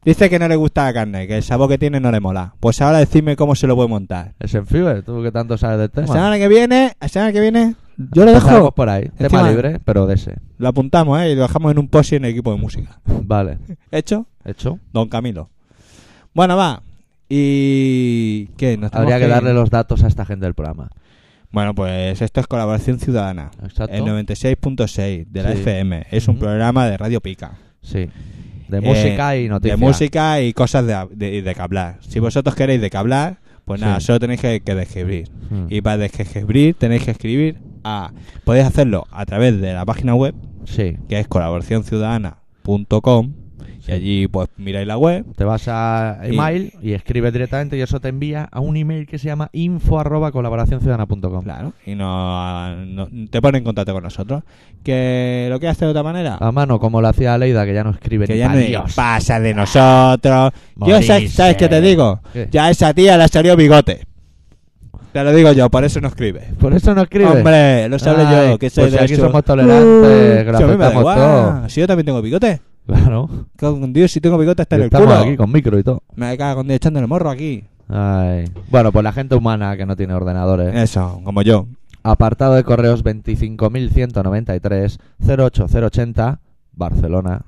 [SPEAKER 1] Dice que no le gusta la carne, que el sabor que tiene no le mola. Pues ahora decidme cómo se lo puede montar.
[SPEAKER 2] Es en Fever, tú que tanto sabes del
[SPEAKER 1] La
[SPEAKER 2] tema.
[SPEAKER 1] semana que viene, la semana que viene, yo lo
[SPEAKER 2] Empezaremos
[SPEAKER 1] dejo.
[SPEAKER 2] por ahí. Tema
[SPEAKER 1] Encima-
[SPEAKER 2] libre, pero de ese.
[SPEAKER 1] Lo apuntamos, ¿eh? Y lo dejamos en un post en el equipo de música. *laughs*
[SPEAKER 2] Vale.
[SPEAKER 1] ¿Hecho?
[SPEAKER 2] Hecho.
[SPEAKER 1] Don Camilo. Bueno, va. ¿Y qué? Nos tenemos
[SPEAKER 2] Habría que darle los datos a esta gente del programa.
[SPEAKER 1] Bueno, pues esto es Colaboración Ciudadana.
[SPEAKER 2] Exacto.
[SPEAKER 1] El 96.6 de la
[SPEAKER 2] Sí.
[SPEAKER 1] FM. Es un
[SPEAKER 2] Ujú.
[SPEAKER 1] programa de Radio Pica.
[SPEAKER 2] Sí. De
[SPEAKER 1] Eh,
[SPEAKER 2] música y noticias. Mm.
[SPEAKER 1] De música y cosas de, de- de que hablar. Si vosotros queréis de que hablar, pues nada,
[SPEAKER 2] Sí.
[SPEAKER 1] solo tenéis que, que describir.
[SPEAKER 2] Mm.
[SPEAKER 1] Y para describir tenéis que escribir a... Podéis hacerlo a través de la página web,
[SPEAKER 2] Sí.
[SPEAKER 1] que es colaboracionciudadana.com. Y
[SPEAKER 2] Sí.
[SPEAKER 1] allí pues miráis la web.
[SPEAKER 2] Te vas a
[SPEAKER 1] Y-
[SPEAKER 2] email y, escribes directamente y eso te envía a un email que se llama info arroba colaboracionciudadana.com.
[SPEAKER 1] Claro. Y no, no- te pone en contacto con nosotros. Que lo que hace de otra manera.
[SPEAKER 2] A mano, como lo hacía Leida, que ya no escribe
[SPEAKER 1] que
[SPEAKER 2] ni
[SPEAKER 1] ya
[SPEAKER 2] pa'
[SPEAKER 1] no
[SPEAKER 2] Dios.
[SPEAKER 1] pasa de nosotros. Yo
[SPEAKER 2] Morirse.
[SPEAKER 1] sé- sabes qué te digo.
[SPEAKER 2] ¿Qué?
[SPEAKER 1] Ya a esa tía le salió bigote. Te lo digo yo, por eso no escribe.
[SPEAKER 2] Por eso no escribe.
[SPEAKER 1] Hombre, lo sabré
[SPEAKER 2] Ay,
[SPEAKER 1] yo, que soy
[SPEAKER 2] pues
[SPEAKER 1] de
[SPEAKER 2] aquí
[SPEAKER 1] eso.
[SPEAKER 2] somos tolerantes, que lo
[SPEAKER 1] Si a mí me da
[SPEAKER 2] aceptamos
[SPEAKER 1] igual.
[SPEAKER 2] todo.
[SPEAKER 1] Si yo también tengo bigote.
[SPEAKER 2] *laughs* Claro.
[SPEAKER 1] Con Dios, si tengo bigote hasta en el
[SPEAKER 2] Estamos
[SPEAKER 1] culo.
[SPEAKER 2] aquí con micro y todo.
[SPEAKER 1] Me cago con Dios echando el morro aquí.
[SPEAKER 2] Ay. Bueno, pues la gente humana que no tiene ordenadores.
[SPEAKER 1] Eso, como yo.
[SPEAKER 2] Apartado de correos 25.193 08080 Barcelona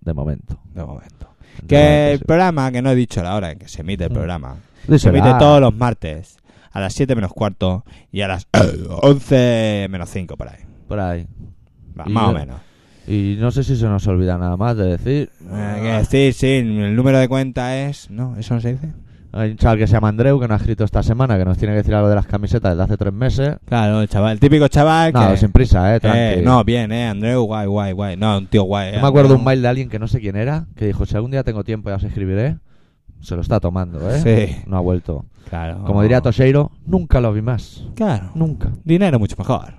[SPEAKER 2] de momento.
[SPEAKER 1] De momento.
[SPEAKER 2] De
[SPEAKER 1] Que el
[SPEAKER 2] momento,
[SPEAKER 1] programa, que no he dicho la hora en que se emite el
[SPEAKER 2] Mm.
[SPEAKER 1] programa.
[SPEAKER 2] sí. Dísela.
[SPEAKER 1] Se emite todos los martes a las 7 menos cuarto y a las *clears throat* 11 menos 5 por ahí.
[SPEAKER 2] por ahí.
[SPEAKER 1] Va,
[SPEAKER 2] Y
[SPEAKER 1] más o
[SPEAKER 2] yo-
[SPEAKER 1] menos.
[SPEAKER 2] Y no sé si se nos olvida nada más de decir.
[SPEAKER 1] Eh, que decir, sí, el número de cuenta es. No, eso no se dice.
[SPEAKER 2] Hay un chaval que se llama Andreu que nos ha escrito esta semana que nos tiene que decir algo de las camisetas desde hace tres meses.
[SPEAKER 1] Claro, el chaval, el típico chaval
[SPEAKER 2] No,
[SPEAKER 1] que.
[SPEAKER 2] sin prisa, eh, tranqui.
[SPEAKER 1] Eh, no, eh, bien, eh, Andreu, guay, guay, guay. No, un tío guay.
[SPEAKER 2] Yo me acuerdo un mail de alguien que no sé quién era que dijo: Si algún día tengo tiempo, ya os escribiré. Se lo está tomando, ¿eh?
[SPEAKER 1] Sí.
[SPEAKER 2] No ha vuelto.
[SPEAKER 1] Claro.
[SPEAKER 2] Como diría Toseiro, nunca lo vi más.
[SPEAKER 1] Claro.
[SPEAKER 2] Nunca.
[SPEAKER 1] Dinero mucho mejor.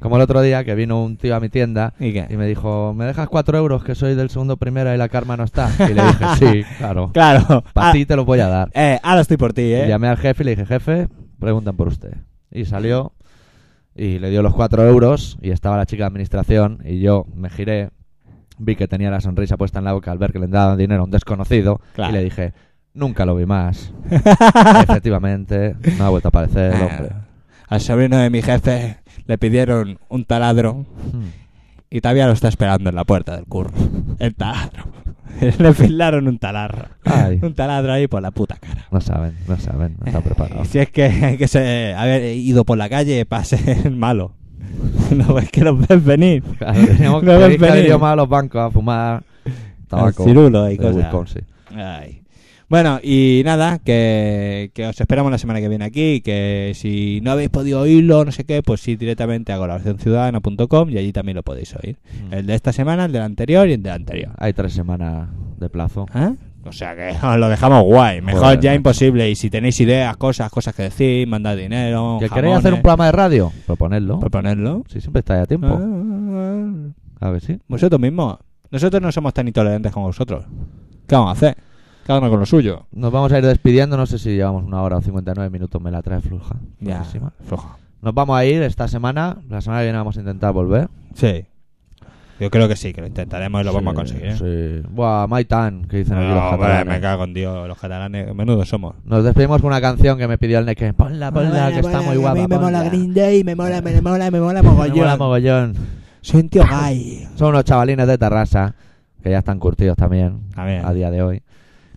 [SPEAKER 2] Como el otro día que vino un tío a mi tienda
[SPEAKER 1] ¿Y qué?
[SPEAKER 2] y me dijo, ¿me dejas cuatro euros que soy del segundo primera y la karma no está? Y le
[SPEAKER 1] *laughs*
[SPEAKER 2] dije, sí, claro. *laughs*
[SPEAKER 1] Claro.
[SPEAKER 2] Para
[SPEAKER 1] Ah,
[SPEAKER 2] ti te lo voy a dar.
[SPEAKER 1] eh, ahora estoy por ti,
[SPEAKER 2] Y
[SPEAKER 1] eh. *laughs*
[SPEAKER 2] llamé al jefe y le dije, jefe, preguntan por usted. Y salió y le dio los cuatro euros y estaba la chica de administración y yo me giré, vi que tenía la sonrisa puesta en la boca al ver que le daban dinero a un desconocido
[SPEAKER 1] Claro.
[SPEAKER 2] y le dije, nunca lo vi más. *laughs* Efectivamente, no ha vuelto a aparecer Este el hombre.
[SPEAKER 1] Ah. Al sobrino de mi jefe le pidieron un taladro
[SPEAKER 2] Hmm.
[SPEAKER 1] y todavía lo está esperando en la puerta del curro. El taladro. *laughs* le filaron un taladro.
[SPEAKER 2] Ay.
[SPEAKER 1] Un taladro ahí por la puta cara.
[SPEAKER 2] No saben, no saben, no
[SPEAKER 1] *laughs*
[SPEAKER 2] están preparados.
[SPEAKER 1] Si es que, que se haber ido por la calle para ser *laughs* malo. No ves que los ves venir.
[SPEAKER 2] Claro,
[SPEAKER 1] *laughs*
[SPEAKER 2] teníamos
[SPEAKER 1] No
[SPEAKER 2] tenéis
[SPEAKER 1] ves
[SPEAKER 2] que haber
[SPEAKER 1] venir.
[SPEAKER 2] ido más a los bancos a fumar tabaco.
[SPEAKER 1] Al cirulo y
[SPEAKER 2] de
[SPEAKER 1] cosas.
[SPEAKER 2] Wisconsin.
[SPEAKER 1] Ay. Bueno, y nada, que, que os esperamos la semana que viene aquí. Que si no habéis podido oírlo, no sé qué, pues sí, directamente a colaboracionciudadana.com y allí también lo podéis oír.
[SPEAKER 2] Mm.
[SPEAKER 1] El de esta semana, el del anterior y el del anterior.
[SPEAKER 2] Hay tres semanas de plazo.
[SPEAKER 1] ¿Eh? O sea que *laughs* os lo dejamos guay. Mejor
[SPEAKER 2] Joder,
[SPEAKER 1] ya
[SPEAKER 2] macho.
[SPEAKER 1] imposible. Y si tenéis ideas, cosas, cosas que decir, mandad dinero. pues
[SPEAKER 2] ¿Que queréis hacer un
[SPEAKER 1] plan?
[SPEAKER 2] programa de radio? Proponedlo.
[SPEAKER 1] Proponerlo.
[SPEAKER 2] Si siempre estáis a tiempo.
[SPEAKER 1] ¿Eh? Ah,
[SPEAKER 2] A ver, sí.
[SPEAKER 1] Vosotros mismos. Nosotros no somos tan intolerantes como vosotros. ¿Qué vamos a hacer? Cada uno con lo suyo.
[SPEAKER 2] Nos vamos a ir despidiendo. No sé si llevamos una hora o 59 minutos. Me la trae fluja.
[SPEAKER 1] Ya.
[SPEAKER 2] Flojísima.
[SPEAKER 1] Floja.
[SPEAKER 2] Nos vamos a ir esta semana. La semana que viene vamos a intentar volver.
[SPEAKER 1] Sí. Yo creo que sí, que lo intentaremos y lo vamos a
[SPEAKER 2] Sí,
[SPEAKER 1] conseguir. ¿eh?
[SPEAKER 2] Sí. Buah, Maitan, que dicen aquí
[SPEAKER 1] No,
[SPEAKER 2] los
[SPEAKER 1] hombre,
[SPEAKER 2] catalanes.
[SPEAKER 1] me cago en Dios, los catalanes, menudo somos.
[SPEAKER 2] Nos despedimos con una canción que me pidió el Neque. Ponla, ponla, que está muy guapa.
[SPEAKER 3] me mola
[SPEAKER 2] ponla.
[SPEAKER 3] Green Day, me mola, me mola, me
[SPEAKER 2] *laughs* Me mola
[SPEAKER 3] mola mogollón.
[SPEAKER 2] mogollón.
[SPEAKER 3] Soy un tío gay.
[SPEAKER 2] Son unos chavalines de Terrassa que ya están curtidos también
[SPEAKER 1] A ver.
[SPEAKER 2] a día de hoy.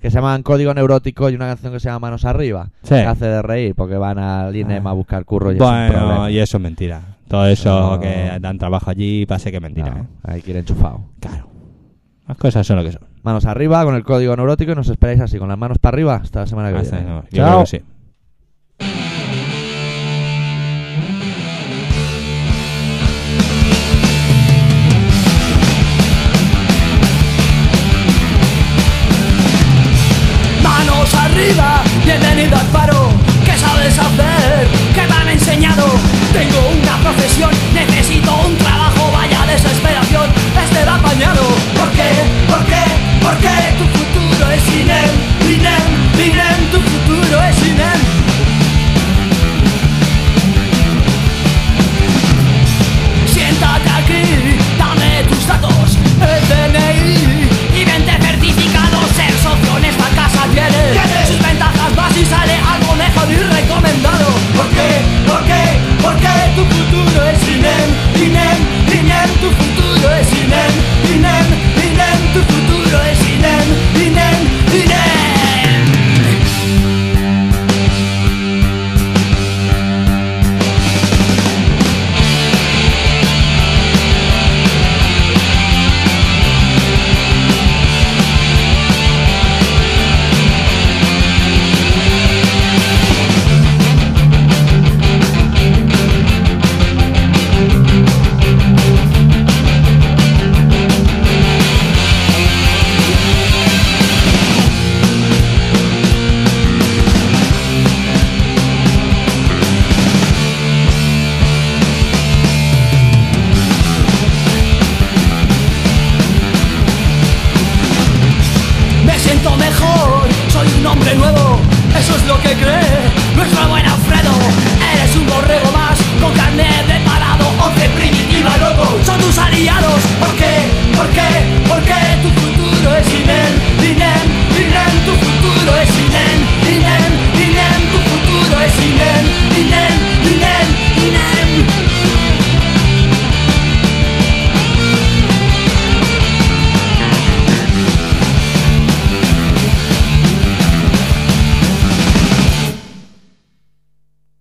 [SPEAKER 2] Que se llaman Código Neurótico y una canción que se llama Manos Arriba.
[SPEAKER 1] Sí.
[SPEAKER 2] Que hace de reír porque van al INEM a buscar curro y es un
[SPEAKER 1] Eh. Ah. Bueno,
[SPEAKER 2] problema.
[SPEAKER 1] y eso es mentira. Todo eso
[SPEAKER 2] No.
[SPEAKER 1] que dan trabajo allí, pase que es mentira.
[SPEAKER 2] No,
[SPEAKER 1] ¿eh?
[SPEAKER 2] hay que ir enchufado.
[SPEAKER 1] Claro. Las cosas son lo que son.
[SPEAKER 2] Manos arriba con el código neurótico y nos esperáis así, con las manos para arriba hasta la semana que
[SPEAKER 1] Hasta-
[SPEAKER 2] viene.
[SPEAKER 1] no, yo
[SPEAKER 2] Chao.
[SPEAKER 1] creo que sí.
[SPEAKER 4] Manos arriba, bienvenido al paro. ¿Qué sabes hacer? ¿Qué te han enseñado? Tengo una profesión, necesito un trabajo, vaya desesperación. Este va apañado. ¿Por qué? ¿Por qué? ¿Por qué? Tu futuro es INEM, INEM, INEM, tu futuro es INEM. Eso es lo que cree nuestro buen Alfredo Eres un borrego más con carne de parado Once primitiva loco Son tus aliados porque